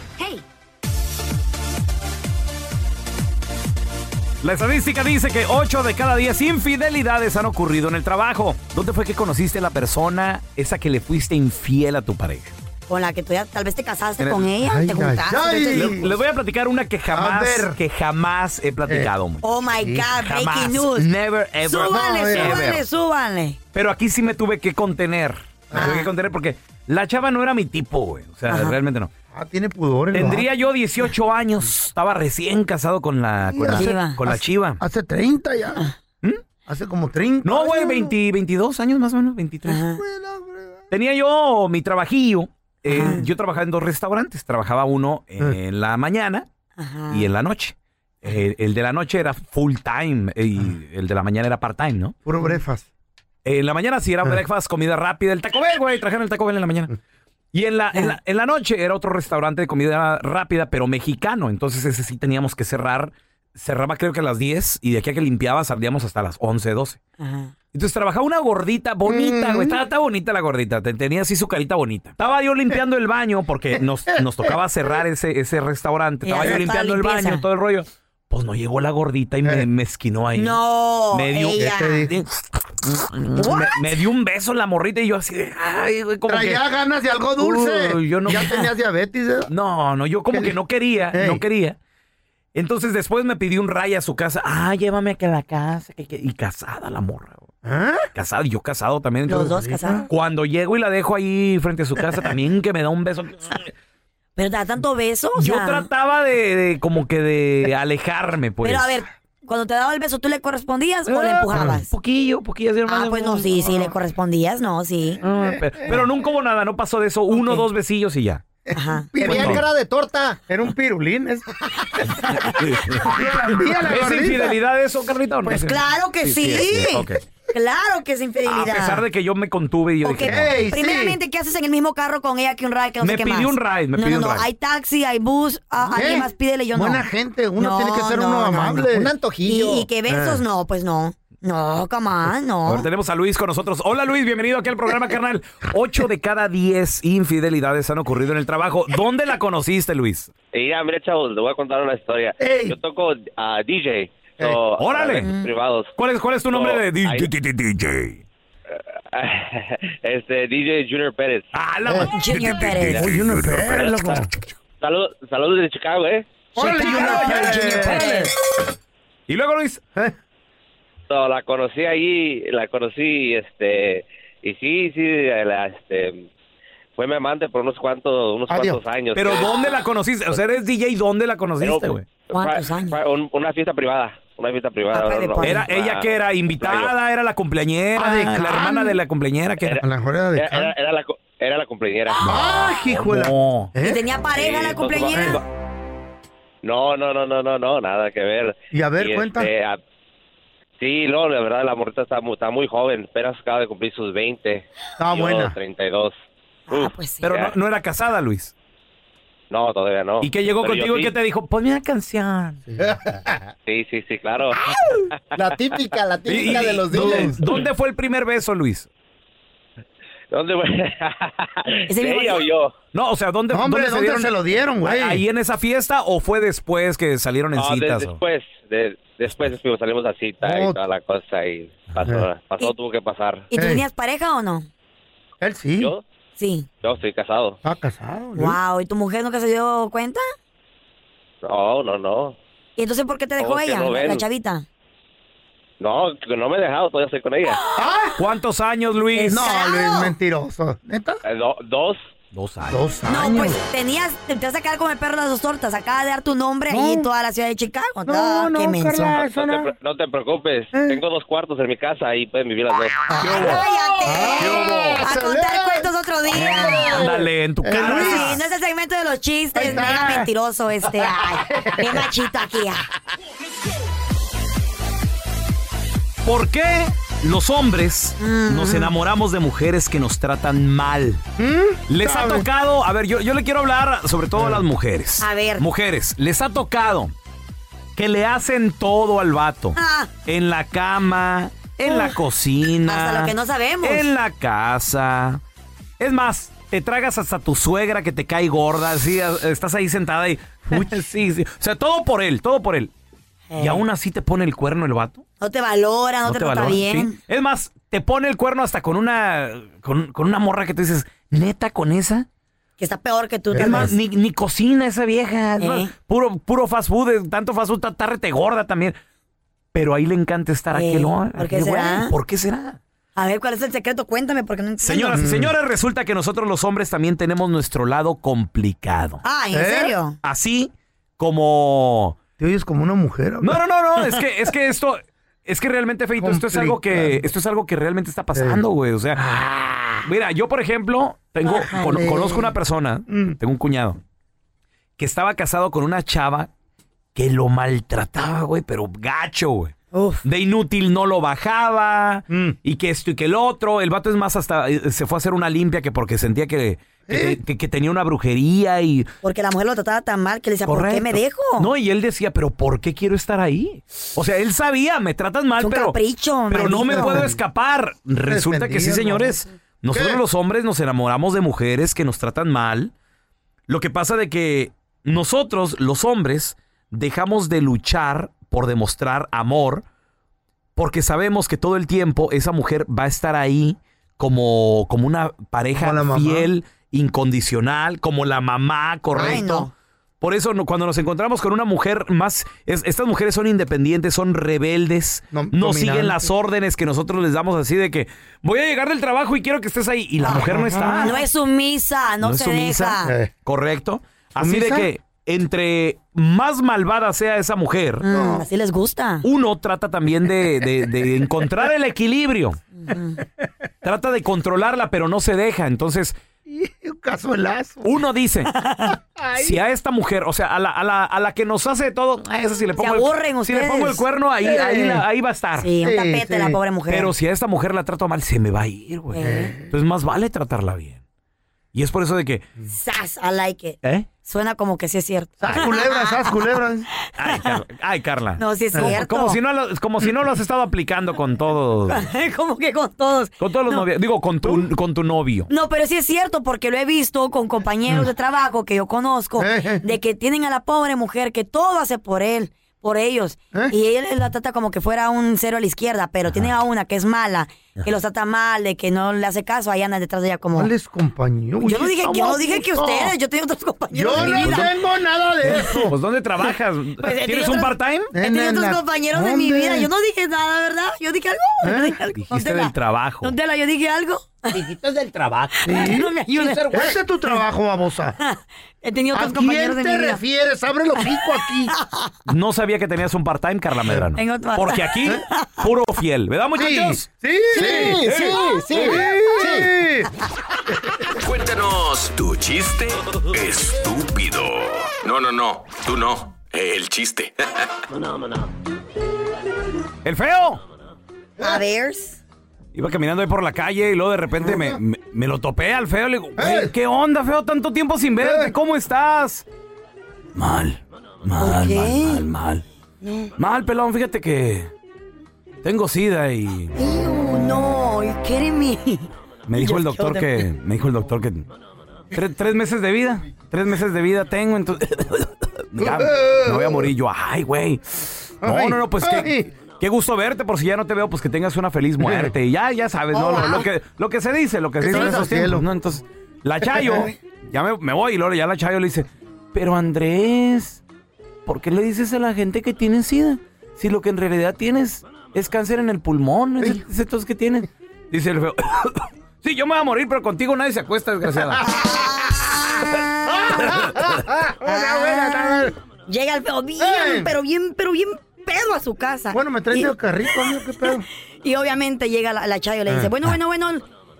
B: La estadística dice que 8 de cada 10 infidelidades han ocurrido en el trabajo. ¿Dónde fue que conociste a la persona esa que le fuiste infiel a tu pareja?
D: Con la que tú ya tal vez te casaste
B: En el-
D: con ella,
B: Ay,
D: te
B: ay,
D: juntaste.
B: ay.
D: te-
B: Le- les voy a platicar una que jamás,
D: ver.
B: que jamás he platicado.
D: Eh.
B: mucho.
D: Oh, my God, breaking
B: Jamás.
D: news.
B: Never, ever,
D: súbanle,
B: ever.
D: súbanle, súbanle.
B: Pero aquí sí me tuve que contener. Me tuve que contener porque la chava no era mi tipo, güey. O sea, realmente no.
C: Ah, tiene pudor.
D: Eh.
C: el
B: Tendría yo 18 años. Estaba recién casado con la, con la,
C: Hace-
B: con la
C: hace-
B: chiva.
C: Hace 30 ya. Hace como 30.
B: No, güey, 20, 22 años más o menos, 23. Tenía yo mi trabajillo. eh, yo trabajaba en dos restaurantes. Trabajaba uno
C: Ah.
B: en la mañana y en la noche. Eh, el de la noche era full time eh, y el de la mañana era part time, ¿no?
C: Ah. Puro Ah. brefas.
B: En la mañana sí era breakfast, comida rápida, el Taco Bell, güey, trajeron el Taco Bell en la mañana. Y en la, en, la, en la noche era otro restaurante de comida rápida, pero mexicano. Entonces ese sí teníamos que cerrar. Cerraba creo que a las 10 y de aquí a que limpiaba salíamos hasta las 11, 12. Entonces trabajaba una gordita
C: Mm.
B: bonita, güey. Estaba, estaba bonita la gordita. te- Tenía así su carita bonita. Estaba yo limpiando el baño porque nos, nos tocaba cerrar ese, ese restaurante.
D: Y
B: Estaba
D: hacer
B: yo
D: toda
B: limpiando el
D: limpieza.
B: baño, todo el rollo. Pues no llegó la gordita y
C: Eh.
B: me, me esquinó ahí.
D: No,
B: Me dio,
D: ella. ¿Qué te
B: me, me dio un beso la morrita y yo así de. Ay, güey, como
C: Traía
B: que-
C: ganas de algo dulce.
B: Uy, yo no-
C: Ya tenías diabetes. ¿eh?
B: No, no, yo como que no quería, no quería. Entonces después me pidió un raya a su casa. Ah, llévame a que la casa. que- que- Y casada la morra. güey.
C: ¿Ah?
B: Casado, y yo casado también.
D: Los dos
B: sí.
D: casados.
B: Cuando llego y la dejo ahí frente a su casa también que me da un beso.
D: Pero da tanto beso. o
B: Yo
D: sea,
B: trataba de, de como que de alejarme, pues.
D: Pero a ver, cuando te daba el beso, ¿tú le correspondías o le
B: Ah,
D: empujabas?
B: Poquillo, poquillo.
D: Ah, pues no, sí, sí, le correspondías, no, sí.
C: Eh,
B: Pero, pero nunca hubo nada, no pasó de eso. Uno, dos besillos y ya.
D: Ajá.
B: Tenía Bueno. cara
C: de torta. Era un pirulín. es- la
B: ¿Es
C: gordita.
B: infidelidad eso, Carlita? o no?
D: Pues claro que sí.
B: es, ok.
D: Claro que es
B: A
D: infidelidad.
B: pesar de que yo me contuve y yo
D: Ok,
B: dije, no.
D: primeramente, ¿qué haces en el mismo carro con ella que un ride? Que no
B: Me
D: sé qué
B: pidió
D: más?
B: un ride, me
D: no,
B: pidió
D: no,
B: un
D: no,
B: ride.
D: Hay taxi, hay bus, a-
C: ¿Qué?
D: alguien más pídele, yo no.
C: ¿Eh? Buena gente, uno
D: No,
C: tiene que ser
D: no,
C: uno
D: no, no.
C: amable. Un antojillo.
D: Y, y que besos,
B: Eh.
D: no, pues no. No, come on,
B: Ahora
D: no.
B: tenemos a Luis con nosotros. Hola Luis, bienvenido aquí al programa, carnal. Ocho de cada diez infidelidades han ocurrido en el trabajo. ¿Dónde la conociste, Luis?
G: Mira, mira, chavos, les voy a contar una historia. Yo toco a DJ. so,
B: órale.
G: eventos Privados.
B: ¿Cuál es, cuál es tu nombre
G: So,
B: de di-
G: ahí-
B: di- di- DJ?
G: Este, DJ Junior Pérez.
B: ¡Ah,
G: la
D: Junior
G: Pérez.
C: Oye, uno perro, loco.
G: Saludos de Chicago, ¿eh?
C: Órale, Junior Pérez.
B: ¿Y luego, Luis?
G: So, la conocí allí, la conocí, este, y sí, sí, la, este, fue mi amante por unos cuantos, unos
B: Adiós.
G: cuantos años.
B: ¿Pero dónde la conociste? O sea, eres DJ, ¿dónde la conociste, güey?
G: ¿Cuántos años? Ah, una fiesta privada, una fiesta privada. no, no, no.
B: ¿Era ella
G: Una-
B: que era
G: una-
B: invitada? ¿Era la cumpleañera?
G: Ah, de
B: ¿La
G: Can.
B: hermana de la cumpleañera? que era?
C: A la mejor de
G: Era, era- era la, co- era la cumpleañera.
C: ¡Ah, hijo de la-
B: No.
D: ¿Y tenía pareja
G: Sí,
D: la
G: nos
D: cumpleañera?
G: topamos- No, no, no, no, no, no, nada que ver.
C: Y a ver,
G: este,
C: cuenta.
G: a- sí, no, la verdad, la morrita está muy, está muy joven, apenas acaba de cumplir sus 20.
B: Estaba
G: Yo,
B: buena.
G: 32.
D: Ah,
G: Uf,
D: pues
B: Pero
G: ya.
B: no, no era casada, Luis.
G: no, todavía no.
B: ¿Y que llegó
G: Pero yo
B: contigo Oh, y
G: sí.
B: que te dijo? Ponme una canción.
G: Sí, sí, sí, claro.
B: La
I: típica, la típica de los
B: ¿dónde,
G: DJs.
B: ¿Dónde fue el primer beso, Luis?
G: ¿Dónde fue?
B: mismo
G: ¿Ella o
B: día?
G: yo? ah,
B: No, o sea, ¿dónde,
G: No, hombre,
B: dónde,
G: ¿dónde se lo dieron, güey?
B: ¿Ah, ¿Ahí en esa fiesta o fue después que salieron en
G: No, de-
B: citas? o-
G: después, de- después fuimos, salimos a cita
B: Oh.
G: y toda la cosa y pasó, pasó tuvo que pasar.
D: ¿Y tú tenías pareja o no?
C: Él sí.
G: ¿Yo?
D: Sí.
G: Yo estoy casado.
C: Está casado.
D: Wow, ¿y tu mujer nunca se dio cuenta?
G: No, no, no.
D: ¿Y entonces por qué te
B: Oh,
D: dejó
G: Todos que
D: ella,
G: no
D: la,
G: ven.
D: la chavita?
G: No, que no me he dejado, todavía pues, estoy con ella.
B: ¿Cuántos años, Luis?
C: No, Luis, mentiroso.
G: Eh, do- dos.
B: Dos años.
C: Dos años.
D: No, pues tenías, te vas a quedar con el perro las dos tortas. Acaba de dar tu nombre ahí en toda la ciudad de Chicago. No, no, qué menso.
G: No, no te, pre- no te preocupes, tengo dos cuartos en mi casa y pueden vivir las dos.
D: A contar cuentos otro día.
B: Ándale,
S: Eh,
B: en tu
D: Sí,
B: cara.
D: no es el segmento de los chistes, mega mentiroso este. Ay, qué machito aquí. ah.
B: ¿Por qué los hombres
D: Mm.
B: nos enamoramos de mujeres que nos tratan mal? Les ha tocado, a ver, yo, yo le quiero hablar sobre todo a las mujeres.
D: A ver.
B: Mujeres, les ha tocado que le hacen todo al vato.
D: Ah.
B: En la cama, en la
D: Uf.
B: cocina.
D: Hasta lo que no sabemos.
B: En la casa. Es más, te tragas hasta tu suegra que te cae gorda, así, a- estás ahí sentada y... sí, sí. O sea, todo por él, todo por él.
D: Eh.
B: y aún así te pone el cuerno el vato.
D: No te valora, no, te, trata
B: valora,
D: bien.
B: sí. Es más, te pone el cuerno hasta con una con, con una morra que tú dices, neta con esa.
D: Que está peor que tú.
B: Es
D: tal
B: más,
D: vez.
B: ni, ni cocina esa vieja. es
D: Eh.
B: más, puro, puro fast food, eh, tanto fast food, ta- ta rete gorda también. Pero ahí le encanta estar
D: Eh,
B: aquel, hom-
D: ¿por qué
B: aquel güey.
D: será?
B: ¿Por qué será?
D: A ver, ¿cuál es el secreto? Cuéntame, porque no entiendo. Mm.
B: Señoras y señores, resulta que nosotros los hombres también tenemos nuestro lado complicado.
D: Ay, Ah, ¿en serio?
B: Así como...
C: ¿Eh? Te oyes como una mujer.
B: No, no, no, no, es que, es que esto... Es que realmente, Feito, esto es algo que esto es algo que realmente está pasando, güey. O sea,
C: Ah.
B: mira, yo, por ejemplo, tengo, con-
I: Bájale.
B: conozco una persona, tengo un cuñado, que estaba casado con una chava que lo maltrataba, güey, pero gacho, güey. De inútil no lo bajaba, y que esto y que el otro. El vato es más, hasta eh, se fue a hacer una limpia que porque sentía que, que- que- que tenía una brujería y.
D: Porque la mujer lo trataba tan mal que le decía, ¿por qué me
B: Correcto.
D: dejo?
B: No, y él decía, pero ¿por qué quiero estar ahí? O sea, él sabía, me tratas mal,
D: Es un
B: pero,
D: capricho,
B: pero no me
D: maldito.
B: puedo escapar. Resulta que sí,
D: Defendido,
B: señores. Nosotros los hombres nos enamoramos de mujeres que nos tratan mal. Lo que pasa de que nosotros, los hombres, dejamos de luchar por demostrar amor porque sabemos que todo el tiempo esa mujer va a estar ahí como, como una pareja fiel, incondicional, como la mamá, correcto. Por eso no- cuando nos encontramos con una mujer más, es- estas mujeres son independientes, son rebeldes, no, siguen las órdenes que nosotros les damos así de que voy a llegar del trabajo y quiero que estés ahí y la mujer no está.
D: No es sumisa, no,
B: Ah. No es
D: se
B: sumisa.
D: deja.
B: Eh. Correcto. Así de
D: ¿Sumisa?
B: que entre más malvada sea esa mujer,
D: Mm, así les gusta.
B: uno trata también de, de- de encontrar el equilibrio. Trata de controlarla, pero no se deja. Entonces,
C: Cazuelazo.
B: uno dice, si a esta mujer, o sea, a la, a la- a la que nos hace de todo, a esa si le
D: Se
B: pongo,
D: aburren
B: el, si le
D: ustedes.
B: pongo el cuerno, ahí,
D: Sí.
B: ahí, la- ahí va a estar.
D: Sí, un Sí, tapete sí. la pobre mujer. Eh.
B: Pero si a esta mujer la trato mal, se me va a ir, güey. Entonces, más vale tratarla bien. Y es por eso de que,
D: Sas, I like it.
B: ¿eh?
D: Suena como que sí es cierto.
C: Sas, culebra, sas, culebra.
B: Ay, Carla. ay, Carla.
D: No, sí es
B: Como-
D: cierto.
B: Como si no lo, como si no lo has estado aplicando con todos.
D: como que con todos.
B: Con todos los novios. Digo, con tu, con tu novio.
D: No, pero sí es cierto porque lo he visto con compañeros
C: Mm.
D: de trabajo que yo conozco,
C: Eh,
D: de que tienen a la pobre mujer que todo hace por él, por ellos.
C: Eh.
D: Y él la trata como que fuera un cero a la izquierda, pero tienen a una que es mala, que los trata mal, de que no le hace caso, ahí anda detrás de ella como...
C: ¿Cuáles compañeros?
D: Yo no dije, que- yo no dije que ustedes, yo tenía otros compañeros. de mi vida.
C: nada
D: de
B: eso. Pues ¿dónde trabajas?
D: Pues, Eh. he
B: ¿Tienes
D: tenido
B: un
D: otros-
B: part-time?
D: He tenido otros compañeros de mi vida. Yo no dije nada, ¿verdad? Yo dije algo.
C: ¿Eh?
D: Yo dije algo.
B: Dijiste del trabajo.
D: Don Tela, yo dije algo.
I: Dijiste del trabajo.
C: Sí.
D: No me ayudes.
C: Sin ser güey. Ese es tu trabajo, babosa.
D: He tenido
C: ¿A
D: otros
C: quién
D: compañeros de mi
C: te
D: vida.
C: refieres? Abre los pico aquí.
B: No sabía que tenías un part-time, Carla Medrano.
D: Tengo otro
B: Porque aquí,
D: part-time.
B: puro fiel.
D: Ah,
B: ¿Verdad, muchachos?
C: Sí,
A: sí, sí,
C: sí,
A: Cuéntanos tu chiste estúpido. No, no, no, tú no. El chiste.
B: El feo.
D: A ver.
B: Iba caminando ahí por la calle y luego de repente me, me- me lo topé al feo. Le digo, "Güey, ¿qué onda, feo? Tanto tiempo sin verte. ¿Cómo estás? Mal. Mal, mal, mal, mal. Mal, pelón. Fíjate que tengo sida y
D: Ew, no, you kidding me.
B: me dijo el
D: Just
B: doctor
D: killed
B: que...
D: him.
B: Me dijo el doctor que... Tres, tres meses de vida. Tres meses de vida tengo, entonces... ya, me voy a morir yo. Ay, güey. No, no, no, pues qué, qué gusto verte. Por si ya no te veo, pues que tengas una feliz muerte. Y ya, ya sabes, ¿no? Lo, lo que, lo que se dice, lo que se
C: Que
B: dice en
C: te vayas
B: esos
C: al cielo.
B: tiempos, ¿no? Entonces, la Chayo, ya me, me voy y luego ya la Chayo le dice, pero Andrés, ¿por qué le dices a la gente que tiene sida? Si lo que en realidad tienes es cáncer en el pulmón, es, es entonces que tienes. Dice el feo, sí, yo me voy a morir, pero contigo nadie se acuesta, desgraciada.
C: Ah,
D: Ah. Llega el feo bien, pero bien, pero bien pedo a su casa. Bueno,
C: Eh. me traen
D: Y-
C: de carrito, amigo, qué pedo.
D: Y obviamente llega la, la Chayo y le dice,
C: Ah.
D: bueno, bueno, bueno,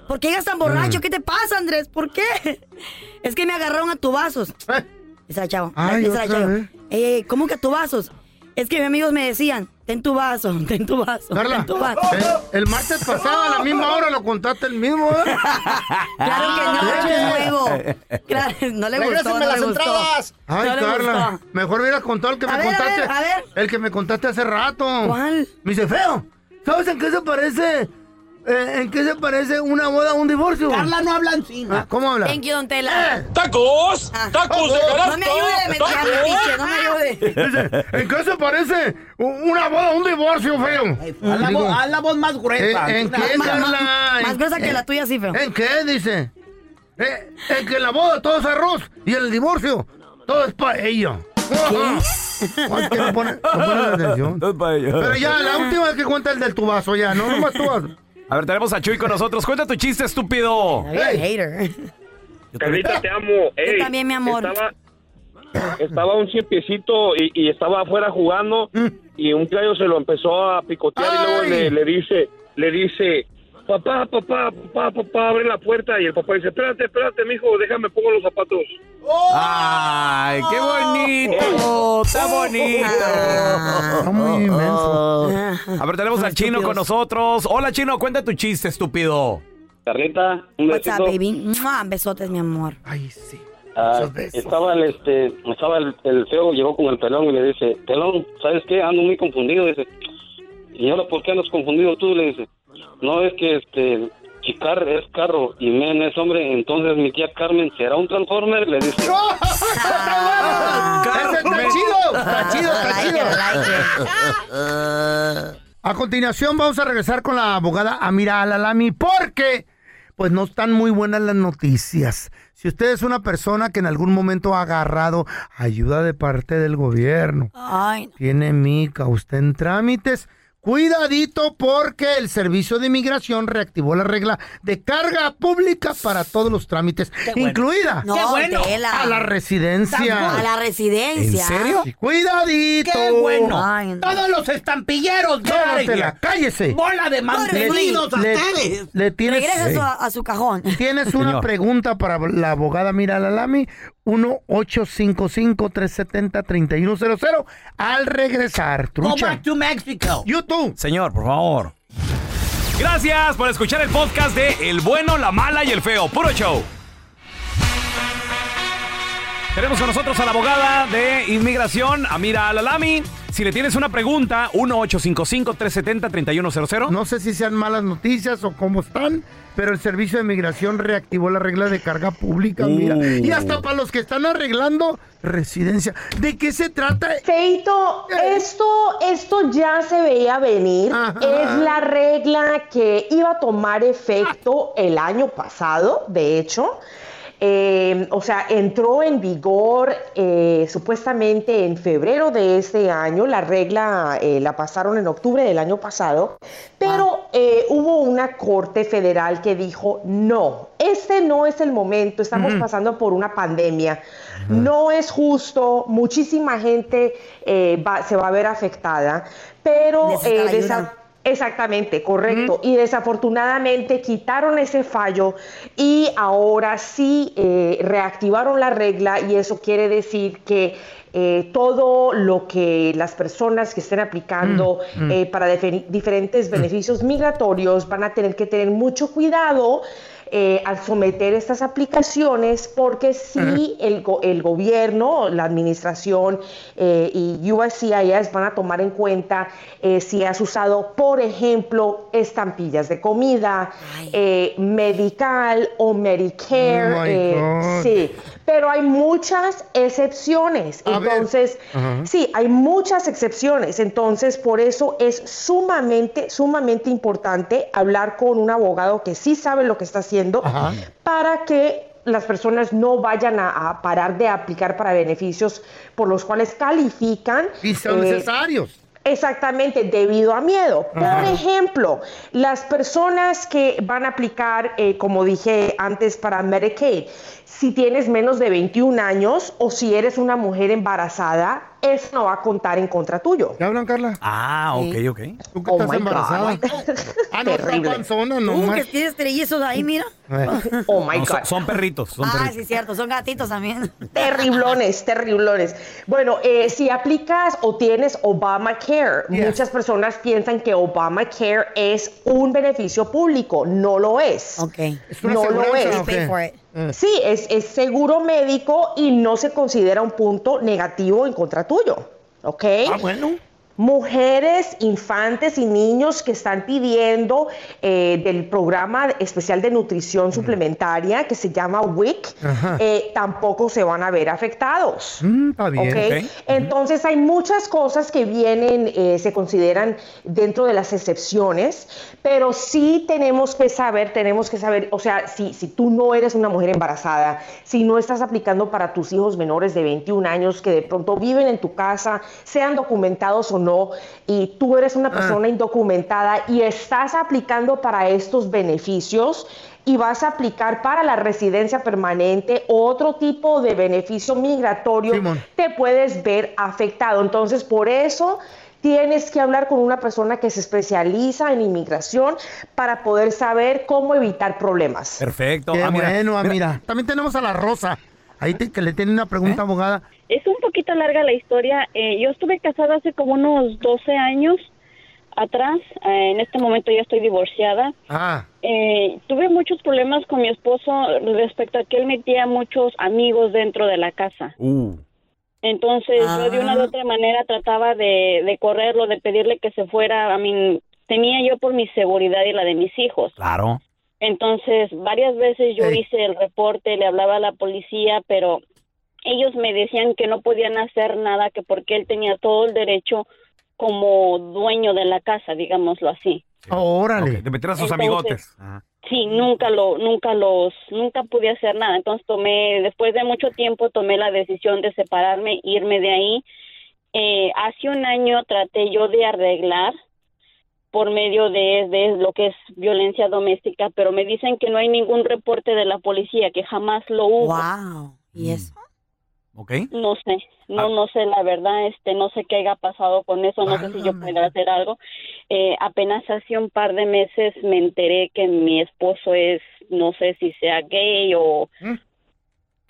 D: ¿por qué llegas tan borracho?
C: Mm.
D: ¿Qué te pasa, Andrés? ¿Por qué? Es que me agarraron a tubazos. Dice la Chava.
C: Eh. Ay,
D: dice la
C: otra
D: Chayo.
C: vez.
D: "Ey, ey, ¿Cómo que a tubazos? Es que mis amigos me decían, ten tu vaso, ten tu vaso, ten tu vaso.
C: eh, El, el martes pasado a la misma hora lo contaste el mismo, ¿eh?
D: Claro que no,
C: Ah.
D: es un juego. Claro, no le gustó,
C: Regrésenme
D: no
C: las
D: le gustó.
C: entradas. Ay,
D: No le
C: Carla,
D: gustó.
C: mejor hubieras contado el que
D: A
C: me
D: ver, a
C: contaste.
D: ver, a ver.
C: El que me contaste hace rato.
D: ¿Cuál?
C: Me dice, feo, ¿sabes en qué se parece eh, ¿en qué se parece una boda a un divorcio?
I: Carla no habla encima.
C: Ah, ¿Cómo habla?
D: Thank you, don Tela.
I: Eh.
C: ¡Tacos!
I: Ah.
D: ¡Tacos de No me ayude, me
C: ¡Tacos!
D: llame, tiche, no me ayude.
C: Dice, ¿En qué se parece u- una boda a un divorcio, feo?
I: haz la voz- haz la voz más gruesa.
C: ¿En, en
I: Más-
C: qué,
I: más-
C: Carla?
I: más gruesa que
D: la tuya, sí, feo.
C: ¿En qué, dice? Eh, en que en la boda todo es arroz y en el divorcio todo es paella. Ay, que no pone- no pone atención. Pero ya, la última vez que cuenta el del tubazo, ya, no nomás tú.
B: A ver, tenemos a Chuy con nosotros. Cuenta tu chiste, estúpido.
S: Carlita, te amo. Ey,
D: también, mi amor.
S: Estaba, estaba un ciempiecito y, y estaba afuera jugando y un gallo se lo empezó a picotear y luego le, le dice, le dice, papá, papá, papá, papá, abre la puerta y el papá dice, espérate, espérate, mijo, déjame pongo los zapatos.
B: ¡Ay, Ah, qué
S: Eh.
B: bonito! ¡Está
I: Oh.
B: bonito! Está
C: Ah, muy inmenso.
B: A ver, tenemos al chino con nosotros. Hola, chino, cuenta tu chiste, estúpido.
S: Carlita, un
D: What's up, baby? Mua, Besotes, mi amor.
C: Ay, sí.
S: Ah, estaba el este, estaba el, el feo, llegó con el pelón y le dice, pelón, ¿sabes qué? Ando muy confundido, dice. Y ahora, ¿por qué andas confundido tú? Le dice, no es que este, Chicar es carro y men es hombre, entonces mi tía Carmen será un transformer, le dice.
I: Ah.
C: ¡Ese está chido! Ah. ¡Está chido, está
S: Like it,
C: chido! A continuación vamos a regresar con la abogada Amira Alalami porque pues no están muy buenas las noticias. Si usted es una persona que en algún momento ha agarrado ayuda de parte del gobierno,
D: Ay,
C: tiene mica, usted en trámites. Cuidadito porque el Servicio de Inmigración reactivó la regla de carga pública para todos los trámites,
D: bueno.
C: incluida
D: No, Qué bueno. tela.
C: a la residencia.
D: A la residencia.
C: ah. ¿En serio? Sí, cuidadito.
I: Qué bueno.
D: Ay, no.
I: Todos los estampilleros,
C: Tómatela,
I: Gary.
C: cállese.
I: Bola de mantenidos a
C: le,
I: ustedes.
C: le tienes, eh,
D: Regresa a su, a su cajón.
C: tienes una pregunta para la abogada Mira Lalami, 1-855-370-3100. Al regresar,
I: Go
C: trucha.
I: back to Mexico.
C: YouTube.
B: Señor, por favor. Gracias por escuchar el podcast de El Bueno, la Mala y el Feo. Puro show. Tenemos con nosotros a la abogada de inmigración, Amira Alalami. Si le tienes una pregunta, 1-855-370-3100.
C: No sé si sean malas noticias o cómo están, pero el Servicio de Migración reactivó la regla de carga pública, mira.
B: Uh.
C: Y hasta para los que están arreglando residencia. ¿De qué se trata? Eh,
T: Feito, esto, esto ya se veía venir. Es la regla que iba a tomar efecto el año pasado, de hecho. Eh, o sea, entró en vigor eh, supuestamente en febrero de este año. La regla eh, la pasaron en octubre del año pasado. Pero eh, hubo una corte federal que dijo, no, este no es el momento. Estamos
U: Ujú.
T: pasando pasando por una pandemia. No es justo, muchísima gente eh, va- se va a ver afectada, pero
U: Necesita
T: eh,
U: la
T: desa-
U: ayuda.
T: Exactamente, correcto. Y desafortunadamente quitaron ese fallo y ahora sí eh, reactivaron la regla y eso quiere decir que eh, todo lo que las personas que estén aplicando
U: Mm, mm.
T: eh, para defe- diferentes beneficios migratorios van a tener que tener mucho cuidado eh, al someter estas aplicaciones porque si el, go- el gobierno, la administración eh, y USCIS van a tomar en cuenta eh, si has usado, por ejemplo, estampillas de comida, eh, medical o Medicare.
U: Oh, my
T: eh,
U: God.
T: sí, pero hay muchas excepciones. Entonces,
U: Ajá.
T: sí, hay muchas excepciones. Entonces, por eso es sumamente, sumamente importante hablar con un abogado que sí sabe lo que está haciendo para que las personas no vayan a, a parar de aplicar para beneficios por los cuales califican.
C: Y son
T: eh,
C: necesarios.
T: Exactamente, debido a miedo. Por
U: Ajá.
T: ejemplo, las personas que van a aplicar, eh, como dije antes, para Medicaid, si tienes menos de 21 años o si eres una mujer embarazada, eso no va a contar en contra tuyo.
C: ¿Ya hablan, Carla?
B: Ah, ok,
T: Sí.
B: ok.
C: ¿Tú
T: que Oh, estás my God. embarazada.
C: Ah, no, está
T: Terrible.
C: panzona, no
D: Uh,
C: más.
D: que tienes trellizos ahí, mira.
T: Oh, my
B: No, son-
T: God.
B: Son perritos, son
D: Ah,
B: perritos.
D: sí, cierto. Son gatitos también.
T: Terriblones, terriblones. Bueno, eh, si aplicas o tienes Obamacare, muchas personas piensan que Obamacare es un beneficio público. No lo es.
D: una
T: no lo
D: aseguranza,
T: es.
D: ¿o qué? Pay for it.
U: Mm.
T: Sí, es, es seguro médico y no se considera un punto negativo en contra tuyo. ¿Ok?
U: Ah, bueno.
T: mujeres, infantes y niños que están pidiendo eh, del programa especial de nutrición suplementaria que se llama WIC,
C: Ajá.
T: eh, tampoco se van a ver afectados.
C: Mm, está bien.
T: ¿ok?
C: Ok.
T: Entonces hay muchas cosas que vienen, eh, se consideran dentro de las excepciones, pero sí tenemos que saber, tenemos que saber, o sea, si, si tú no eres una mujer embarazada, si no estás aplicando para tus hijos menores de 21 años que de pronto viven en tu casa, sean documentados o no, y tú eres
C: Ah.
T: una persona indocumentada y estás aplicando para estos beneficios, y vas a aplicar para la residencia permanente o otro tipo de beneficio migratorio, te puedes ver afectado. Entonces, por eso tienes que hablar con una persona que se especializa en inmigración para poder saber cómo evitar problemas.
B: Perfecto.
C: Qué
B: Ah, mira,
C: bueno, ah,
B: mira.
C: mira. También tenemos a la Rosa. Ahí te- que le tiene una pregunta,
B: ¿Eh?
C: abogada.
U: Es un poquito larga la historia. Eh, yo estuve casada hace como unos 12 años atrás. Eh, en este momento ya estoy divorciada.
C: Ah.
U: Eh, tuve muchos problemas con mi esposo respecto a que él metía muchos amigos dentro de la casa.
C: Uh,
U: Entonces yo de una u otra manera trataba de, de correrlo, de pedirle que se fuera. A mí tenía yo por mi seguridad y la de mis hijos.
B: Claro.
U: Entonces, varias veces yo hice el reporte, le hablaba a la policía, pero ellos me decían que no podían hacer nada, que porque él tenía todo el derecho como dueño de la casa, digámoslo así.
C: Órale.
B: te metieron a sus
U: Entonces-
B: amigotes. Ah, Ajá.
U: Sí, nunca lo, nunca los, nunca pude hacer nada. Entonces tomé, después de mucho tiempo, tomé la decisión de separarme, irme de ahí. Eh, hace un año traté yo de arreglar por medio de, de lo que es violencia doméstica, pero me dicen que no hay ningún reporte de la policía, que jamás lo hubo.
D: Wow. ¿Y eso?
B: ¿Ok?
U: No sé,
B: Ah.
U: no, no sé, la verdad, este, no sé qué haya pasado con eso, no sé si
B: Ah,
U: yo pueda hacer algo. Eh, apenas hace un par de meses me enteré que mi esposo es, no sé si sea gay o
B: Mm.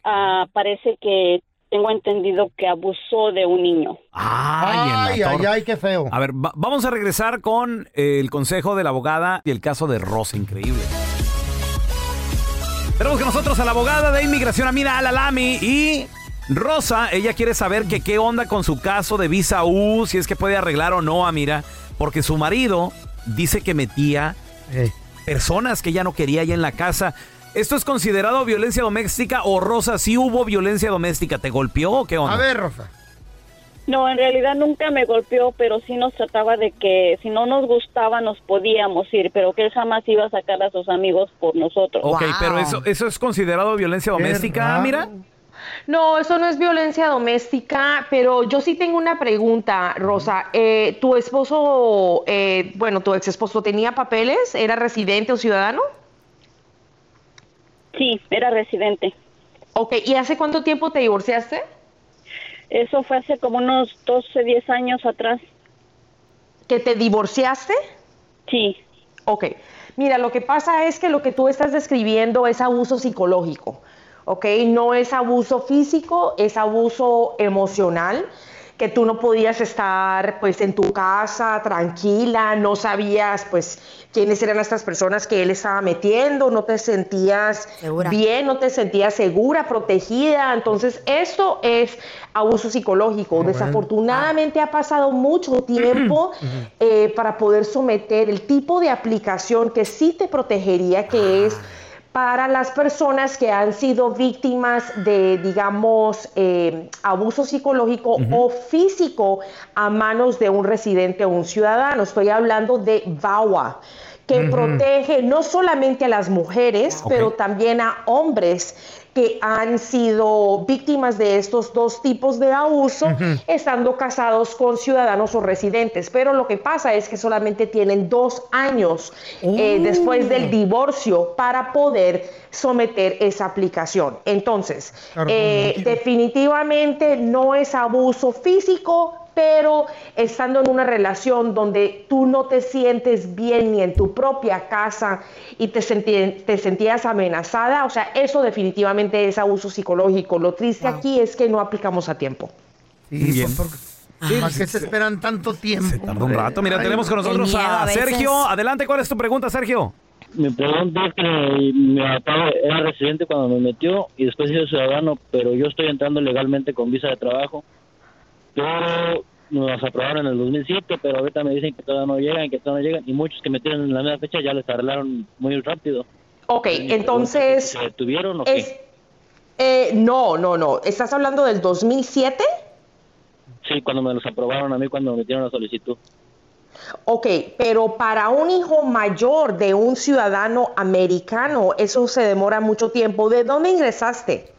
U: ah, parece que tengo entendido que abusó de un niño.
B: Ay, en la torre.
C: qué feo.
B: A ver, va- vamos a regresar con eh, el consejo de la abogada y el caso de Rosa, increíble. Tenemos con nosotros a la abogada de inmigración, Amina Alalami, y Rosa, ella quiere saber que qué onda con su caso de visa U, si es que puede arreglar o no, Amira, porque su marido dice que metía personas que ya no quería allá en la casa. ¿Esto es considerado violencia doméstica o Rosa, si hubo violencia doméstica? ¿Te golpeó o qué onda?
C: A ver, Rosa.
U: No, en realidad nunca me golpeó, pero sí nos trataba de que si no nos gustaba nos podíamos ir, pero que él jamás iba a sacar a sus amigos por nosotros.
B: Ok, pero eso, eso es considerado violencia doméstica, mira.
T: No, eso no es violencia doméstica, pero yo sí tengo una pregunta, Rosa. Eh, ¿Tu esposo, eh, bueno, tu ex esposo tenía papeles? ¿Era residente o ciudadano?
U: Sí, era residente.
T: Ok, ¿y hace cuánto tiempo te divorciaste?
U: Eso fue hace como unos 12, 10 años atrás.
T: ¿Que te divorciaste?
U: Sí.
T: Ok. Mira, lo que pasa es que lo que tú estás describiendo es abuso psicológico, ¿ok? No es abuso físico, es abuso emocional, que tú no podías estar pues en tu casa tranquila, no sabías pues quiénes eran estas personas que él estaba metiendo, no te sentías
D: Segura.
T: bien, no te sentías segura, protegida. Entonces, esto es abuso psicológico. Desafortunadamente ha pasado mucho tiempo eh, para poder someter el tipo de aplicación que sí te protegería, que es para las personas que han sido víctimas de, digamos, eh, abuso psicológico o físico a manos de un residente o un ciudadano. Estoy hablando de VAWA, que
J: Ujú.
T: protege no solamente a las mujeres,
J: Ok.
T: pero también a hombres que han sido víctimas de estos dos tipos de abuso,
J: Ujú.
T: estando casados con ciudadanos o residentes. Pero lo que pasa es que solamente tienen dos años eh,
J: Oh.
T: después del divorcio para poder someter esa aplicación. Entonces,
J: Claro,
T: eh, definitivamente no es abuso físico. Pero estando en una relación donde tú no te sientes bien ni en tu propia casa y te, senti- te sentías amenazada, o sea, eso definitivamente es abuso psicológico. Lo triste aquí es que no aplicamos a tiempo.
B: Bien.
J: Ah,
C: ¿Para pues, qué se esperan tanto tiempo? Se
B: Tardó un rato. Mira, tenemos con nosotros a Sergio. Adelante, ¿cuál es tu pregunta, Sergio?
H: Mi pregunta es que mi papá era residente cuando me metió y después hizo ciudadano, pero yo estoy entrando legalmente con visa de trabajo. Pero nos aprobaron en el 2007, pero ahorita me dicen que todavía no llegan, que todavía no llegan, y muchos que metieron en la misma fecha ya les arreglaron muy rápido. Eh,
T: Ok, entonces...
H: ¿Se detuvieron o
T: Es- eh, no, no, no. ¿Estás hablando del 2007?
H: qué? Sí, cuando me los aprobaron a mí, cuando me metieron la solicitud.
T: Ok, pero para un hijo mayor de un ciudadano americano, eso se demora mucho tiempo. ¿De dónde ingresaste?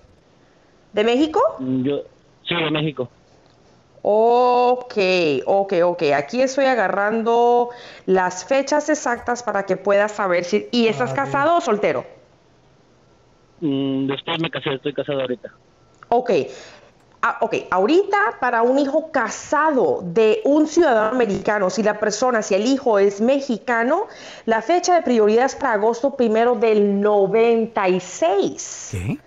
T: ¿De México?
H: Mm, Yo, sí, de México.
T: Ok, ok, ok. Aquí estoy agarrando las fechas exactas para que puedas saber si... ¿Y estás
H: Ah, bien.
T: casado o soltero?
H: Mm, después me casé, estoy casado ahorita.
T: Ok. Ah, ok, ahorita para un hijo casado de un ciudadano americano, si la persona, si el hijo es mexicano, la fecha de prioridad es para agosto primero del 96.
B: ¿Qué?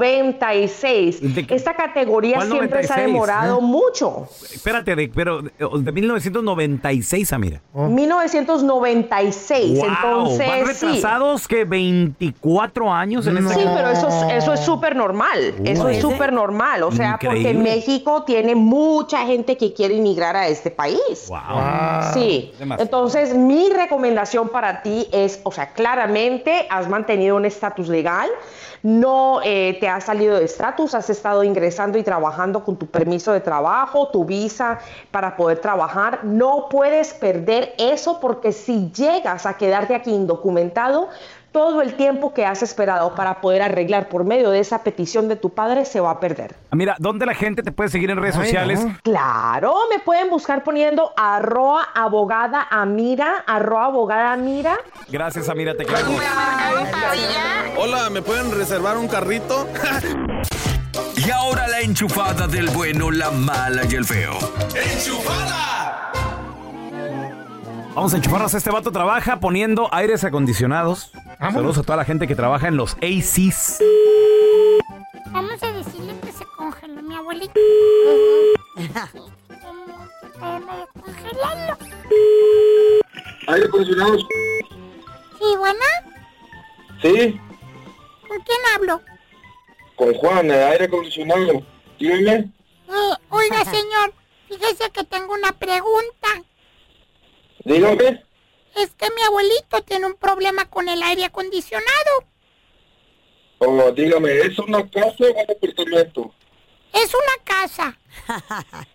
T: 96. Esta categoría
B: cuál
T: siempre se
B: 96,
T: ha demorado
B: eh?
T: mucho.
B: Espérate, Rick, pero eh, de 1996, Amira.
C: Oh.
T: 1996.
B: Wow, Oh. van
T: Entonces, sí.
B: retrasados que 24 años en este
T: Sí, pero eso es eso es súper normal. Eso es
B: Wow.
T: súper normal. O sea, porque
B: Increíble.
T: México tiene mucha gente que quiere inmigrar a este país.
B: Wow.
T: Sí.
B: Demasiado.
T: Entonces, mi recomendación para ti es, o sea, claramente has mantenido un estatus legal, no eh, te has salido de estatus, has estado ingresando y trabajando con tu permiso de trabajo, tu visa para poder trabajar. No puedes perder eso porque si llegas a quedarte aquí indocumentado, todo el tiempo que has esperado para poder arreglar por medio de esa petición de tu padre se va a perder.
B: Ah, Mira, ¿dónde la gente te puede seguir en redes sociales?
T: Claro, me pueden buscar poniendo arroa abogada amira, arroa abogada amira.
B: Gracias, Amira, te queremos.
E: Hola, ¿me pueden reservar un carrito?
A: Y ahora la enchufada del bueno, la mala y el feo.
B: Vamos a enchufarnos. Este vato trabaja poniendo aires acondicionados. Saludos a toda la gente que trabaja en los ACs.
V: Vamos a decirle que se congeló mi abuelita. Congelalo.
P: Aire acondicionado.
V: Sí, buena.
P: Sí,
V: ¿Con quién hablo?
P: con Juan, eh, aire acondicionado. Dígame.
V: Eh, oiga, señor, fíjese que tengo una pregunta.
P: Dígame.
V: Es que mi abuelito tiene un problema con el aire acondicionado.
P: O dígame, ¿es una casa o un apartamento?
V: Es una casa.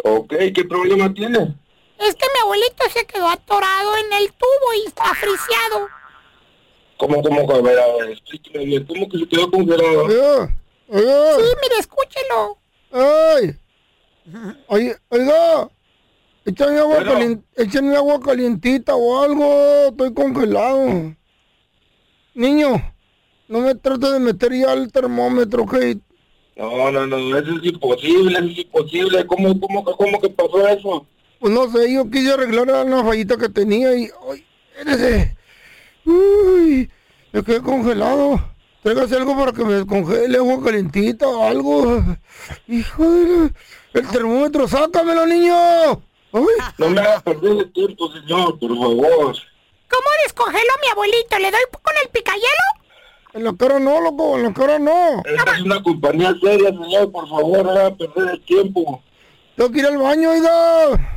P: Ok, ¿qué problema tiene?
V: Es que mi abuelito se quedó atorado en el tubo y está friseado.
P: ¿Cómo, cómo, a ver, a ver, explíqueme bien, ¿cómo que se quedó congelado?
J: Eh.
V: Sí, mire, escúchelo.
J: ¡Ay! Oye, oiga, échame agua,
P: Bueno.
J: calien- échame agua calientita o algo, estoy congelado. Niño, no me trates de meter ya el termómetro, ¿ok?
P: No, no, no, eso es imposible, eso es imposible, ¿cómo, cómo, que- cómo que pasó eso?
J: Pues no sé, yo quise arreglar una fallita que tenía y... ¡Ay, espérese. ¡Uy! Me quedé congelado. Tráigase algo para que me descongele, agua calientita o algo. Hijo de... la- El termómetro, sácamelo, niño. ¡Ay!
P: No me hagas perder el tiempo, señor, por favor.
V: ¿Cómo descongeló mi abuelito? ¿Le doy con el picayelo?
J: En la cara no, loco, en la cara no.
P: Esta es una compañía seria, señor, por favor, no me hagas perder el tiempo.
J: Tengo que ir al baño, oiga.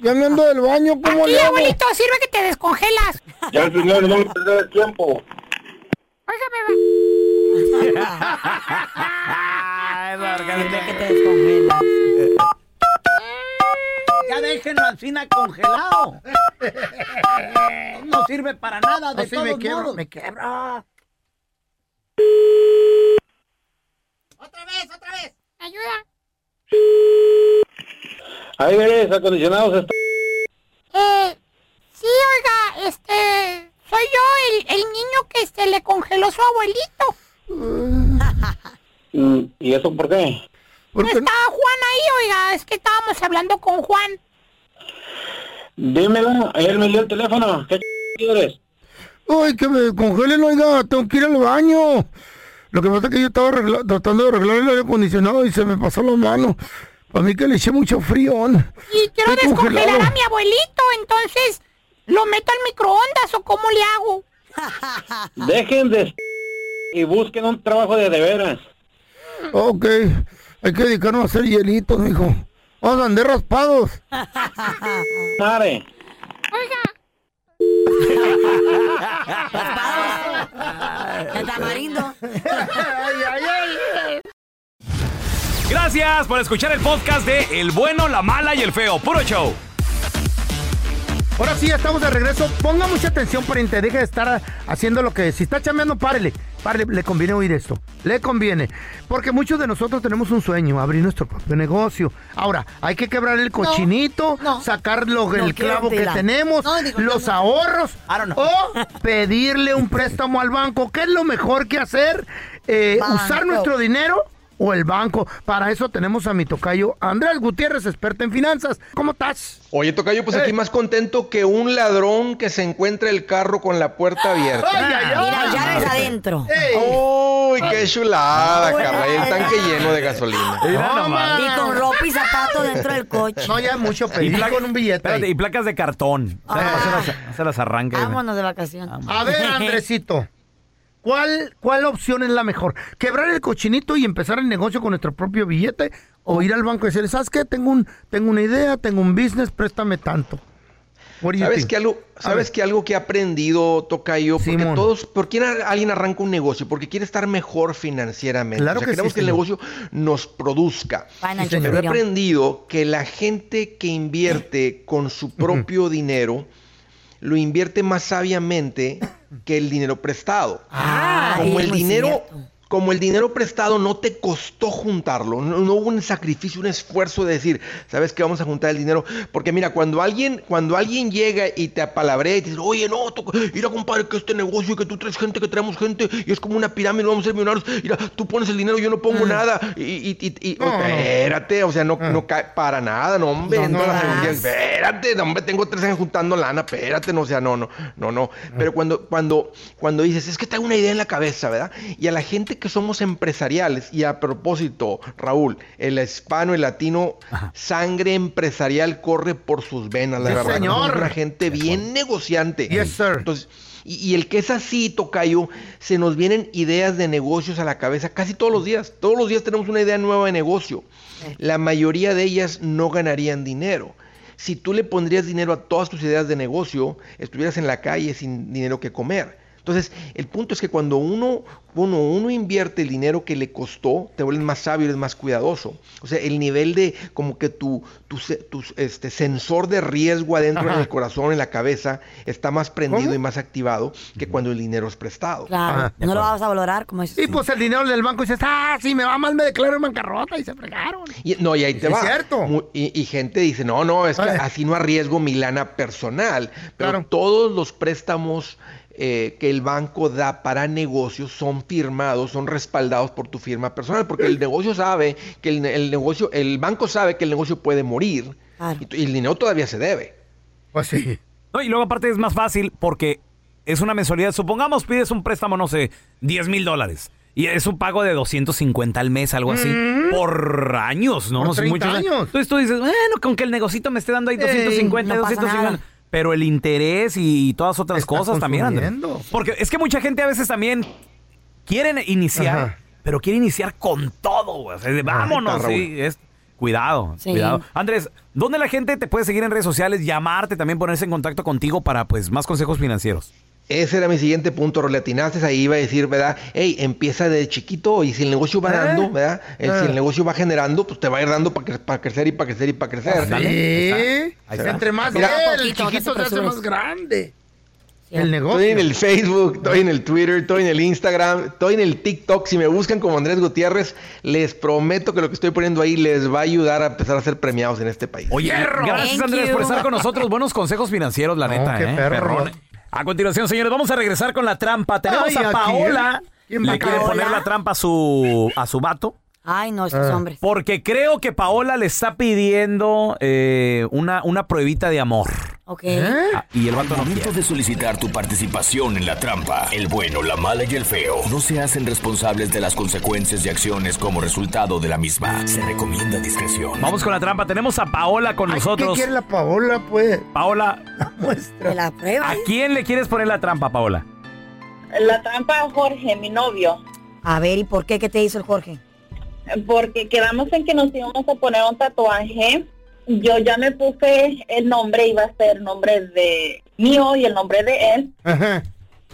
J: Ya me ando del baño, ¿cómo
V: Aquí,
J: le hago?
V: abuelito, sirve que te descongelas.
P: Ya, señor, no me hagas perder el tiempo.
I: Eh, Ya déjenlo al fina congelado. No sirve para nada, de
C: No, sí,
I: todos
C: me quiebro,
I: modos.
C: me
I: quebra.
V: Otra vez, otra vez. Ayuda.
S: Ahí veréis, acondicionados está...
V: Eh, sí, oiga, este, soy yo, el, el niño que se le congeló su abuelito.
J: Eh,
S: Mm, ¿Y eso por qué?
V: No estaba Juan ahí, oiga, es que estábamos hablando con Juan.
S: Dímelo, él me dio el teléfono. ¿Qué ch- quieres?
J: Ay, que me descongelen, oiga, tengo que ir al baño. Lo que pasa es que yo estaba arregla- tratando de arreglar el aire acondicionado y se me pasó la mano. Para mí que le eché mucho frío.
V: Y quiero
J: Estoy
V: descongelar
J: congelado.
V: a mi abuelito, entonces, ¿lo meto al microondas o cómo le hago?
S: Dejen de... est- Y busquen un trabajo de de veras.
J: Ok, hay que dedicarnos a hacer hielitos, mijo. Vamos a andar raspados.
H: Pare.
D: El tamarindo.
B: Gracias por escuchar el podcast de El bueno, la mala y el feo. Puro show.
C: Ahora sí, ya estamos de regreso. Ponga mucha atención, pariente. Deje de estar haciendo lo que. Si está chambeando, párele. Párele, le conviene oír esto. Le conviene. Porque muchos de nosotros tenemos un sueño, abrir nuestro propio negocio. Ahora, hay que quebrar el cochinito, sacar lo-
J: No,
C: el clavo que
J: quédatela.
C: tenemos,
J: No, digo,
C: los
J: yo no.
C: ahorros, o pedirle un préstamo al banco. ¿Qué es lo mejor que hacer? Eh, usar
J: Banco.
C: nuestro dinero. O el banco. Para eso tenemos a mi tocayo Andrés Gutiérrez, experto en finanzas. ¿Cómo estás?
W: Oye, Tocayo, pues
C: Eh.
W: aquí más contento que un ladrón que se encuentra el carro con la puerta abierta.
D: Y las llaves adentro.
W: ¡Uy, qué chulada, caray! El tanque lleno de gasolina.
D: Y con ropa y zapato dentro del coche.
C: No, ya mucho pedir
B: placa-
C: con un billete. Ah.
B: espérate, y placas de cartón. O sea, no, se las, no se las arranque.
D: Vámonos de vacaciones.
C: A ver, Andresito. ¿Cuál, ¿Cuál opción es la mejor? ¿Quebrar el cochinito y empezar el negocio con nuestro propio billete? ¿O ir al banco y decir, ¿sabes qué? Tengo, un, tengo una idea, tengo un business, préstame tanto. What do you
W: ¿Sabes
C: think?
W: que algo, sabes
C: ver.
W: que algo que he aprendido, Tocayo? Porque
C: Simón.
W: todos, ¿por qué ar- alguien arranca un negocio? Porque quiere estar mejor financieramente.
C: Claro
W: O sea,
C: que
W: queremos
C: sí,
W: que el
C: señor.
W: negocio nos produzca.
C: Financial
W: Pero he
C: freedom.
W: aprendido que la gente que
C: Eh.
W: invierte con su propio dinero, lo invierte más sabiamente que el dinero prestado. como
K: es Ah,
W: el
K: muy
W: dinero
K: cierto.
W: como el dinero prestado no te costó juntarlo, no, no hubo un sacrificio, un esfuerzo de decir, ¿sabes qué? Vamos a juntar el dinero. Porque mira, cuando alguien, cuando alguien llega y te apalabrea y te dice, oye, no, tú, mira, compadre, que este negocio y que tú traes gente, que traemos gente y es como una pirámide, vamos a ser millonarios, mira, tú pones el dinero, yo no
J: Mm.
W: pongo nada. Y, y, y- y-
K: No, Ah. no.
W: espérate, o sea, no, no cae para nada, no, hombre,
K: ¿Dónde
W: no, la
K: vas?
W: segunda- espérate, no, hombre, tengo tres años juntando lana, espérate, no, o sea, no, no, no, no. Pero cuando, cuando, cuando dices, es que tengo una idea en la cabeza, ¿verdad? Y a la gente que somos empresariales, y a propósito, Raúl, el hispano, el latino, sangre empresarial corre por sus venas, la
C: Sí,
W: verdad.
C: señor.
W: Somos una gente bien negociante. Entonces, y, y el que es así, Tocayo, se nos vienen ideas de negocios a la cabeza casi todos los días. Todos los días tenemos una idea nueva de negocio. La mayoría de ellas no ganarían dinero. Si tú le pondrías dinero a todas tus ideas de negocio, estuvieras en la calle sin dinero que comer. Entonces, el punto es que cuando uno, uno, uno invierte el dinero que le costó, te vuelves más sabio, eres más cuidadoso. O sea, el nivel de como que tu, tu, se- tu, este, sensor de riesgo adentro
C: Ajá.
W: en el corazón, en la cabeza, está más prendido y más activado que cuando el dinero es prestado.
D: Claro, no lo vas a valorar como es.
C: Ah, Y pues el dinero del banco dices, ah, si me va mal me declaro en bancarrota y se fregaron.
W: Y- no, y ahí te
C: Es
W: va.
C: cierto.
W: Mu- Y, y gente dice, no, no, es que así no arriesgo mi lana personal. Pero todos los préstamos eh, que el banco da para negocios son firmados, son respaldados por tu firma personal, porque el negocio sabe que el, ne- el negocio, el banco sabe que el negocio puede morir y t- y el dinero todavía se debe.
C: Pues sí.
B: No, y luego aparte es más fácil porque es una mensualidad. Supongamos pides un préstamo, no sé, 10 mil dólares. Y es un pago de 250 al mes, algo así, por años, ¿no?
C: Mm. Por
B: No sé,
C: 30 años.
B: Entonces tú dices, bueno, con que el negocito me esté dando ahí 250,
C: Ey, no pasa
B: 250.
C: nada.
B: Pero el interés y todas otras cosas también, Andrés.
C: consumiendo.
B: Porque es que mucha gente a veces también quieren iniciar,
C: Ajá.
B: pero quiere iniciar con todo, güey. O
C: Ah,
B: sea, de, vámonos,
W: Raúl.
B: sí, es- Cuidado,
W: Sí.
B: cuidado. Andrés, ¿dónde la gente te puede seguir en redes sociales, llamarte, también ponerse en contacto contigo para pues más consejos financieros?
W: Ese era mi siguiente punto, Roletinaste, ahí iba a decir, ¿verdad? Hey, empieza de chiquito y si el negocio va
K: ¿Eh?
W: dando, ¿verdad? Eh, Si
K: Eh.
W: el negocio va generando, pues te va a ir dando para crecer y para crecer y para crecer.
C: Ándale.
W: Ahí
C: Sí.
W: está. Ahí está.
C: Entre más
W: Mira,
C: ve, el
K: poquito,
C: chiquito se
K: no te
C: hace más
K: apresures.
C: grande.
W: el negocio. Estoy en el Facebook, estoy en el Twitter, estoy en el Instagram, estoy en el TikTok. Si me buscan como Andrés Gutiérrez, les prometo que lo que estoy poniendo ahí les va a ayudar a empezar a ser premiados en este país.
B: Oye, gracias Andrés por estar con nosotros. Buenos consejos financieros, la neta,
W: qué
B: ¿eh?
W: perro.
B: Perrón. A continuación, señores, vamos a regresar con la trampa. Tenemos
D: Ay,
B: a
D: aquí,
B: Paola.
D: ¿eh? ¿Quién va
B: Le
D: a
B: quiere
D: Paola?
B: poner la trampa a su, a su vato.
D: Ay, no, estos
B: Ah.
D: hombres.
B: Porque creo que Paola le está pidiendo eh, una, una pruebita de amor.
D: Ok.
A: ¿Eh?
B: Ah, Y el vato
L: Al
B: no
L: momento
B: quiere.
L: de solicitar tu participación en la trampa, el bueno, la mala y el feo no se hacen responsables de las consecuencias y acciones como resultado de la misma. Se recomienda discreción.
B: Vamos con la trampa. Tenemos a Paola con
L: ¿qué
B: nosotros.
L: quiere
B: la Paola, pues? Paola.
D: la prueba.
B: ¿A quién le quieres poner la trampa, Paola?
X: La trampa a Jorge, mi novio,
D: A ver, ¿y por qué? ¿Qué te hizo el Jorge?
X: porque quedamos en que nos íbamos a poner un tatuaje yo ya me puse el nombre, iba a ser nombre de mío y el nombre de él.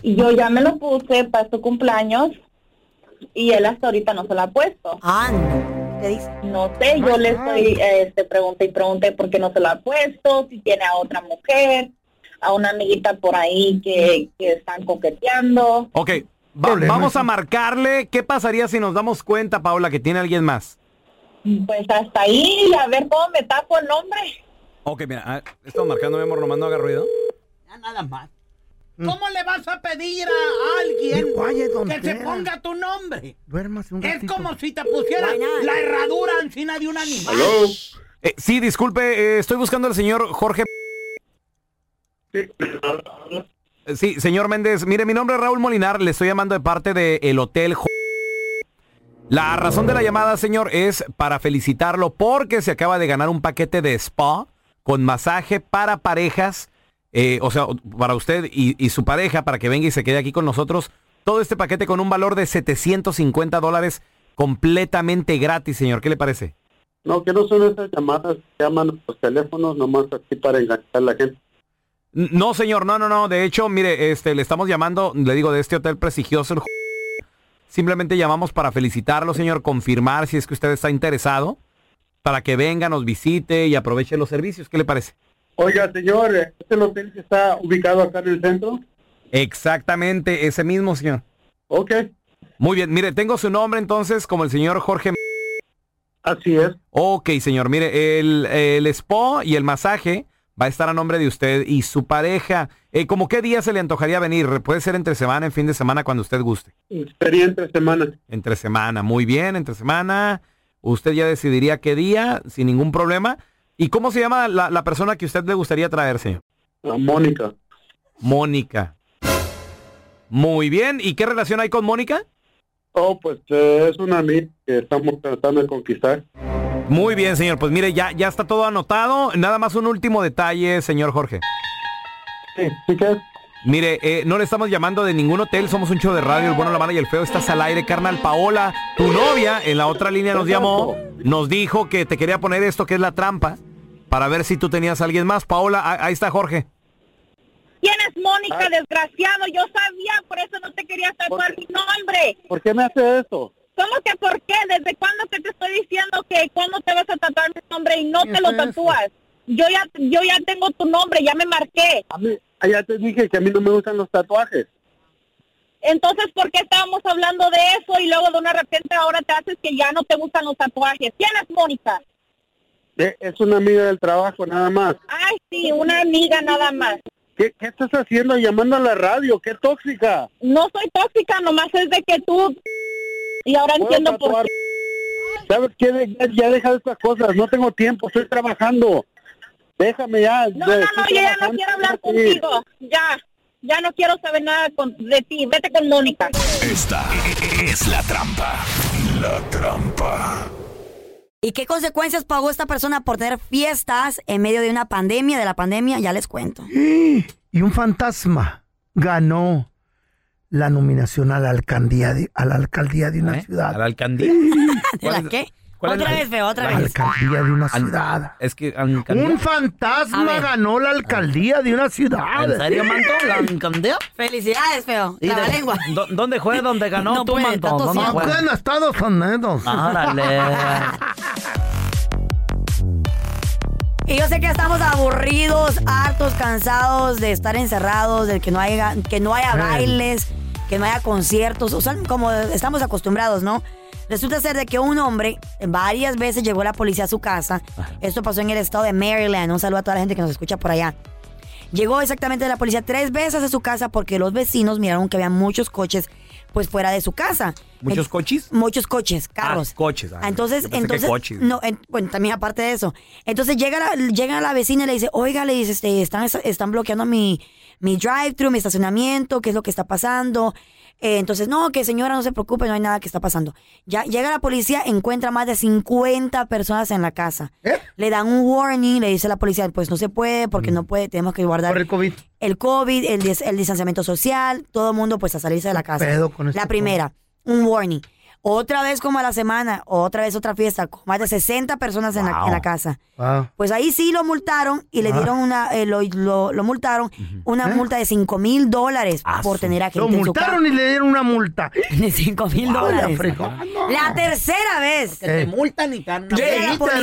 X: Y yo ya me lo puse para su cumpleaños y él hasta ahorita no se lo ha puesto.
D: Ah,
X: ¿qué dice? No sé, yo le estoy, eh, te pregunté y pregunté por qué no se lo ha puesto, si tiene a otra mujer, a una amiguita por ahí que, que están coqueteando.
B: Ok, va-
X: Problema.
B: vamos a marcarle. ¿Qué pasaría si nos damos cuenta, Paola, que tiene alguien más?
X: Pues hasta ahí, a ver cómo me tapo el nombre.
B: Ok, mira, ah, estamos marcando, mi amor, nomás no haga ruido.
I: nada más.
D: Mm.
I: ¿Cómo le vas a pedir
C: Mm.
I: a alguien que se ponga tu nombre?
C: Duérmase un
I: Es como si te pusieran la herradura encima de un animal.
B: Eh, sí, disculpe, eh, estoy buscando al señor Jorge. Eh, Sí, señor Méndez, mire, mi nombre es Raúl Molinar, le estoy llamando de parte del Hotel Jo- La razón de la llamada, señor, es para felicitarlo porque se acaba de ganar un paquete de spa con masaje para parejas, eh, o sea, para usted y, y su pareja, para que venga y se quede aquí con nosotros. Todo este paquete con un valor de 750 dólares completamente gratis, señor. ¿Qué le parece?
K: No, que no son esas llamadas que llaman los teléfonos nomás así para enganchar a la gente.
B: No, señor, no, no, no. De hecho, mire, este, le estamos llamando, le digo, de este hotel prestigioso. el Simplemente llamamos para felicitarlo, señor, confirmar si es que usted está interesado, para que venga, nos visite y aproveche los servicios. ¿Qué le parece?
K: Oiga, señor, ¿este hotel que está ubicado acá en el centro?
B: Exactamente, ese mismo, señor.
K: Ok.
B: Muy bien, mire, tengo su nombre entonces como el señor Jorge.
K: Así es.
B: Ok, señor, mire, el, el spa y el masaje va a estar a nombre de usted y su pareja. Eh, ¿Cómo qué día se le antojaría venir? Puede ser entre semana, en fin de semana, cuando usted guste.
K: Sería entre semanas.
B: Entre semana, muy bien, entre semana. Usted ya decidiría qué día, sin ningún problema. ¿Y cómo se llama la, la persona que usted le gustaría traer, señor?
K: A Mónica.
B: Mónica. Muy bien. ¿Y qué relación hay con Mónica?
K: Oh, pues eh, es una amiga que estamos tratando de conquistar.
B: Muy bien, señor. Pues mire, ya, ya está todo anotado. Nada más un último detalle, señor Jorge. Mire, eh, no le estamos llamando de ningún hotel, somos un show de radio, el bueno, la mala y el feo. Estás al aire, carnal. Paola, tu novia, en la otra línea nos llamó, nos dijo que te quería poner esto, que es la trampa, para ver si tú tenías a alguien más. Paola, a- ahí está Jorge.
X: ¿Quién es Mónica, desgraciado? Yo sabía, por eso no te quería tatuar mi nombre.
K: ¿Por qué me hace eso?
X: ¿Cómo que por qué? ¿Desde cuándo que te estoy diciendo que cuándo te vas a tatuar mi nombre y no te lo tatúas? Yo ya, yo ya tengo tu nombre, ya me marqué.
K: A mí, ah, ya te dije que a mí no me gustan los tatuajes.
X: Entonces, ¿por qué estábamos hablando de eso y luego de una repente ahora te haces que ya no te gustan los tatuajes? ¿Quién es Mónica?
K: Eh, es una amiga del trabajo, nada más.
X: Ay, sí, una amiga nada más.
K: ¿Qué, qué estás haciendo llamando a la radio? ¡Qué tóxica!
X: No soy tóxica, nomás es de que tú... Y ahora
K: Puedo
X: entiendo por
K: tatuar.
X: qué.
K: ¿Sabes qué? De- Ya, ya deja estas cosas. No tengo tiempo. Estoy trabajando. Déjame ya.
X: No, no, no, yo ya no quiero hablar contigo. Ya, ya no quiero saber nada con- de ti. Vete con Mónica.
L: Esta es la trampa. La trampa.
D: ¿Y qué consecuencias pagó esta persona por tener fiestas en medio de una pandemia? De la pandemia, ya les cuento.
C: Y un fantasma ganó la nominación a la alcaldía de, a la alcaldía de una ciudad.
B: ¿A la alcaldía?
D: ¿De la qué?
B: ¿Eh? cuál es
D: Otra
B: la-
D: vez, feo, otra
B: la
D: vez.
C: alcaldía de una
B: Al-
C: ciudad.
B: Es que
C: Un fantasma ganó la alcaldía de una ciudad.
B: ¿En serio, Manto? ¿La alcaldía?
D: Felicidades, feo.
B: ¿Y
D: La
B: de-
D: lengua.
B: ¿Dó- ¿Dónde juega? ¿Dónde ganó
D: No
B: tú,
D: puede,
B: Manto?
D: tanto
B: ¿Dónde
D: sí.
B: juega?
C: Acá en Estados Unidos.
B: Órale.
D: Y yo sé que estamos aburridos, hartos, cansados de estar encerrados, de que no haya, que no haya
M: Eh.
D: bailes, que no haya conciertos, o sea, como estamos acostumbrados, ¿no? Resulta ser de que un hombre varias veces llegó la policía a su casa. Esto pasó en el estado de Maryland. Un saludo a toda la gente que nos escucha por allá. Llegó exactamente la policía tres veces a su casa porque los vecinos miraron que había muchos coches pues fuera de su casa.
B: ¿Muchos coches?
D: Muchos coches, carros.
B: Ah, coches. ah,
D: Ah, entonces,
B: yo pensé que
D: entonces,
B: coches.
D: no, en- bueno, también aparte de eso. Entonces llega la, llega la vecina y le dice, oiga, le dice, este, están, están bloqueando mi, mi drive-thru, mi estacionamiento, ¿qué es lo que está pasando? Eh, entonces, no, que señora, no se preocupe, no hay nada que está pasando. Ya llega la policía, encuentra más de 50 personas en la casa.
C: ¿Eh?
D: Le dan un warning, le dice la policía, pues no se puede, porque no puede, tenemos que guardar el COVID, el, dis- el distanciamiento social, todo el mundo pues a salirse de la casa.
C: pedo con este
D: la primera, un warning. Otra vez como a la semana, otra vez otra fiesta, con más de 60 personas en, la,
M: Wow.
D: en la casa.
C: Ah.
D: Pues ahí sí lo multaron y le
M: Ah.
D: dieron una, eh, lo, lo- lo multaron, una multa de 5 mil dólares por tener a gente
C: Lo
D: en su
C: multaron
D: casa.
C: y le dieron una multa.
D: De 5 mil
C: Wow, la
D: dólares.
C: fregó.
D: La tercera vez.
I: Que te multan y te dan una
D: Llega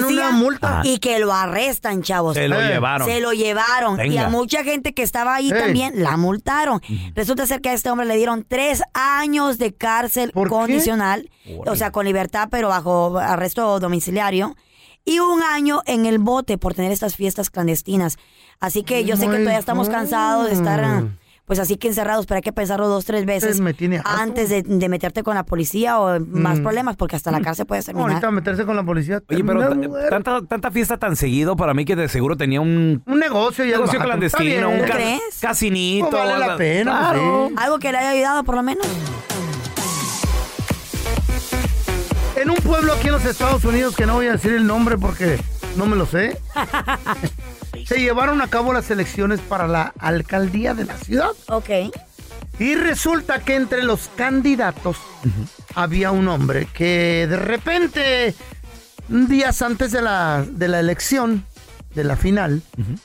D: la
I: multa.
D: policía y que lo arrestan, chavos.
I: Se lo llevaron.
D: Se lo llevaron. Y
I: Venga.
D: a mucha gente que estaba ahí
I: Eh.
D: también la multaron. Resulta ser que a este hombre le dieron tres años de cárcel condicional, o sea, con libertad, pero bajo arresto domiciliario. Y un año en el bote por tener estas fiestas clandestinas. Así que yo sé
C: My
D: que todavía estamos
C: God.
D: cansados de estar, ah, pues así que encerrados, pero hay que pensarlo dos, tres veces
C: me tiene harto.
D: antes de, de meterte con la policía o más
C: Mm.
D: problemas, porque hasta la cárcel puede terminar.
C: Ahorita meterse con la policía.
B: Oye, pero
C: terminar,
B: ta- tanta, tanta fiesta tan seguido para mí que de seguro tenía un,
C: un negocio ya. el
B: negocio
C: vato. Está
B: clandestino,
C: bien.
B: un ca- casinito.
C: No vale la
B: algo-
C: pena, pues,
B: Claro.
C: sí.
D: Algo que le haya ayudado por lo menos.
C: En un pueblo aquí en los Estados Unidos, que no voy a decir el nombre porque no me lo sé, se llevaron a cabo las elecciones para la alcaldía de la ciudad.
D: Ok.
C: Y resulta que entre los candidatos había un hombre que de repente, días antes de la, de la elección, de la final,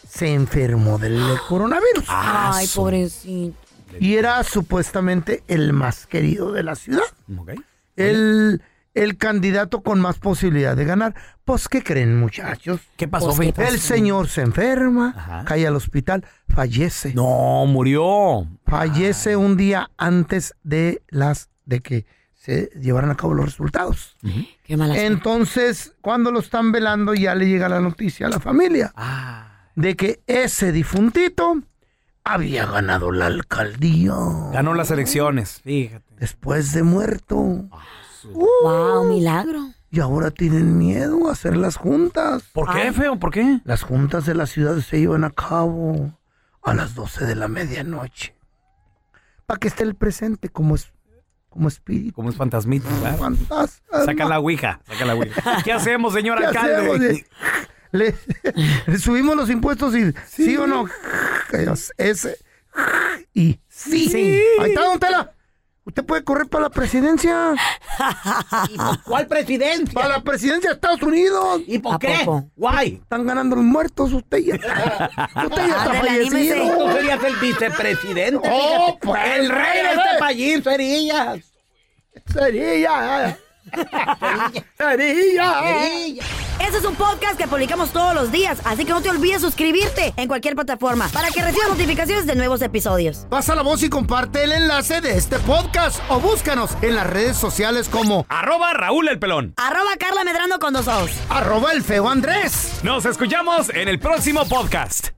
C: se enfermó del coronavirus.
D: Ay, pobrecito.
C: Y era supuestamente el más querido de la ciudad.
B: Ok.
C: el, el candidato con más posibilidad de ganar. Pues, ¿qué creen, muchachos?
B: ¿Qué pasó,
C: Pues,
B: Feita?
C: El señor se enferma, cae al hospital, fallece.
B: No, murió.
C: Fallece un día antes de las de que se llevaran a cabo los resultados.
D: Qué
B: mala suerte.
C: Entonces, cuando lo están velando, ya le llega la noticia a la familia de que ese difuntito había ganado la alcaldía
B: Ganó las elecciones. Fíjate.
C: después de muerto. Uh.
D: wow, milagro.
C: Y ahora tienen miedo a hacer las juntas.
B: ¿Por qué, feo? ¿Por qué?
C: Las juntas de la ciudad se llevan a cabo a las 12 de la medianoche. Para que esté el presente como, es, como espíritu.
B: Como es fantasmita, claro.
C: Fantasma.
B: Saca la ouija, saca la ouija. ¿Qué hacemos, señor
C: ¿Qué
B: alcalde?
C: hacemos? eh? Le, le- le subimos los impuestos y sí, o no. Dios, Ese. Y sí.
I: Sí.
C: Ahí está, don Tela. Usted puede correr para la presidencia.
I: ¿Cuál presidencia?
C: Para la presidencia de Estados Unidos.
I: ¿Y por ¿A qué? poco?
C: Guay. Están ganando los muertos. Usted ya está. Usted ya está
I: Ándale, anímese.
C: fallecido.
I: Tú serías el vicepresidente.
C: Oh,
I: fíjate.
C: pues,
I: el rey de este
C: eh.
I: país serías.
C: Sería. Sería.
D: Este es un podcast que publicamos todos los días, así que no te olvides suscribirte en cualquier plataforma para que recibas notificaciones de nuevos episodios.
C: Pasa la voz y comparte el enlace de este podcast o búscanos en las redes sociales como
B: Arroba Raúl el pelón.
D: Arroba Carla Medrano con dos ojos.
C: arroba el feo Andrés.
B: Nos escuchamos en el próximo podcast.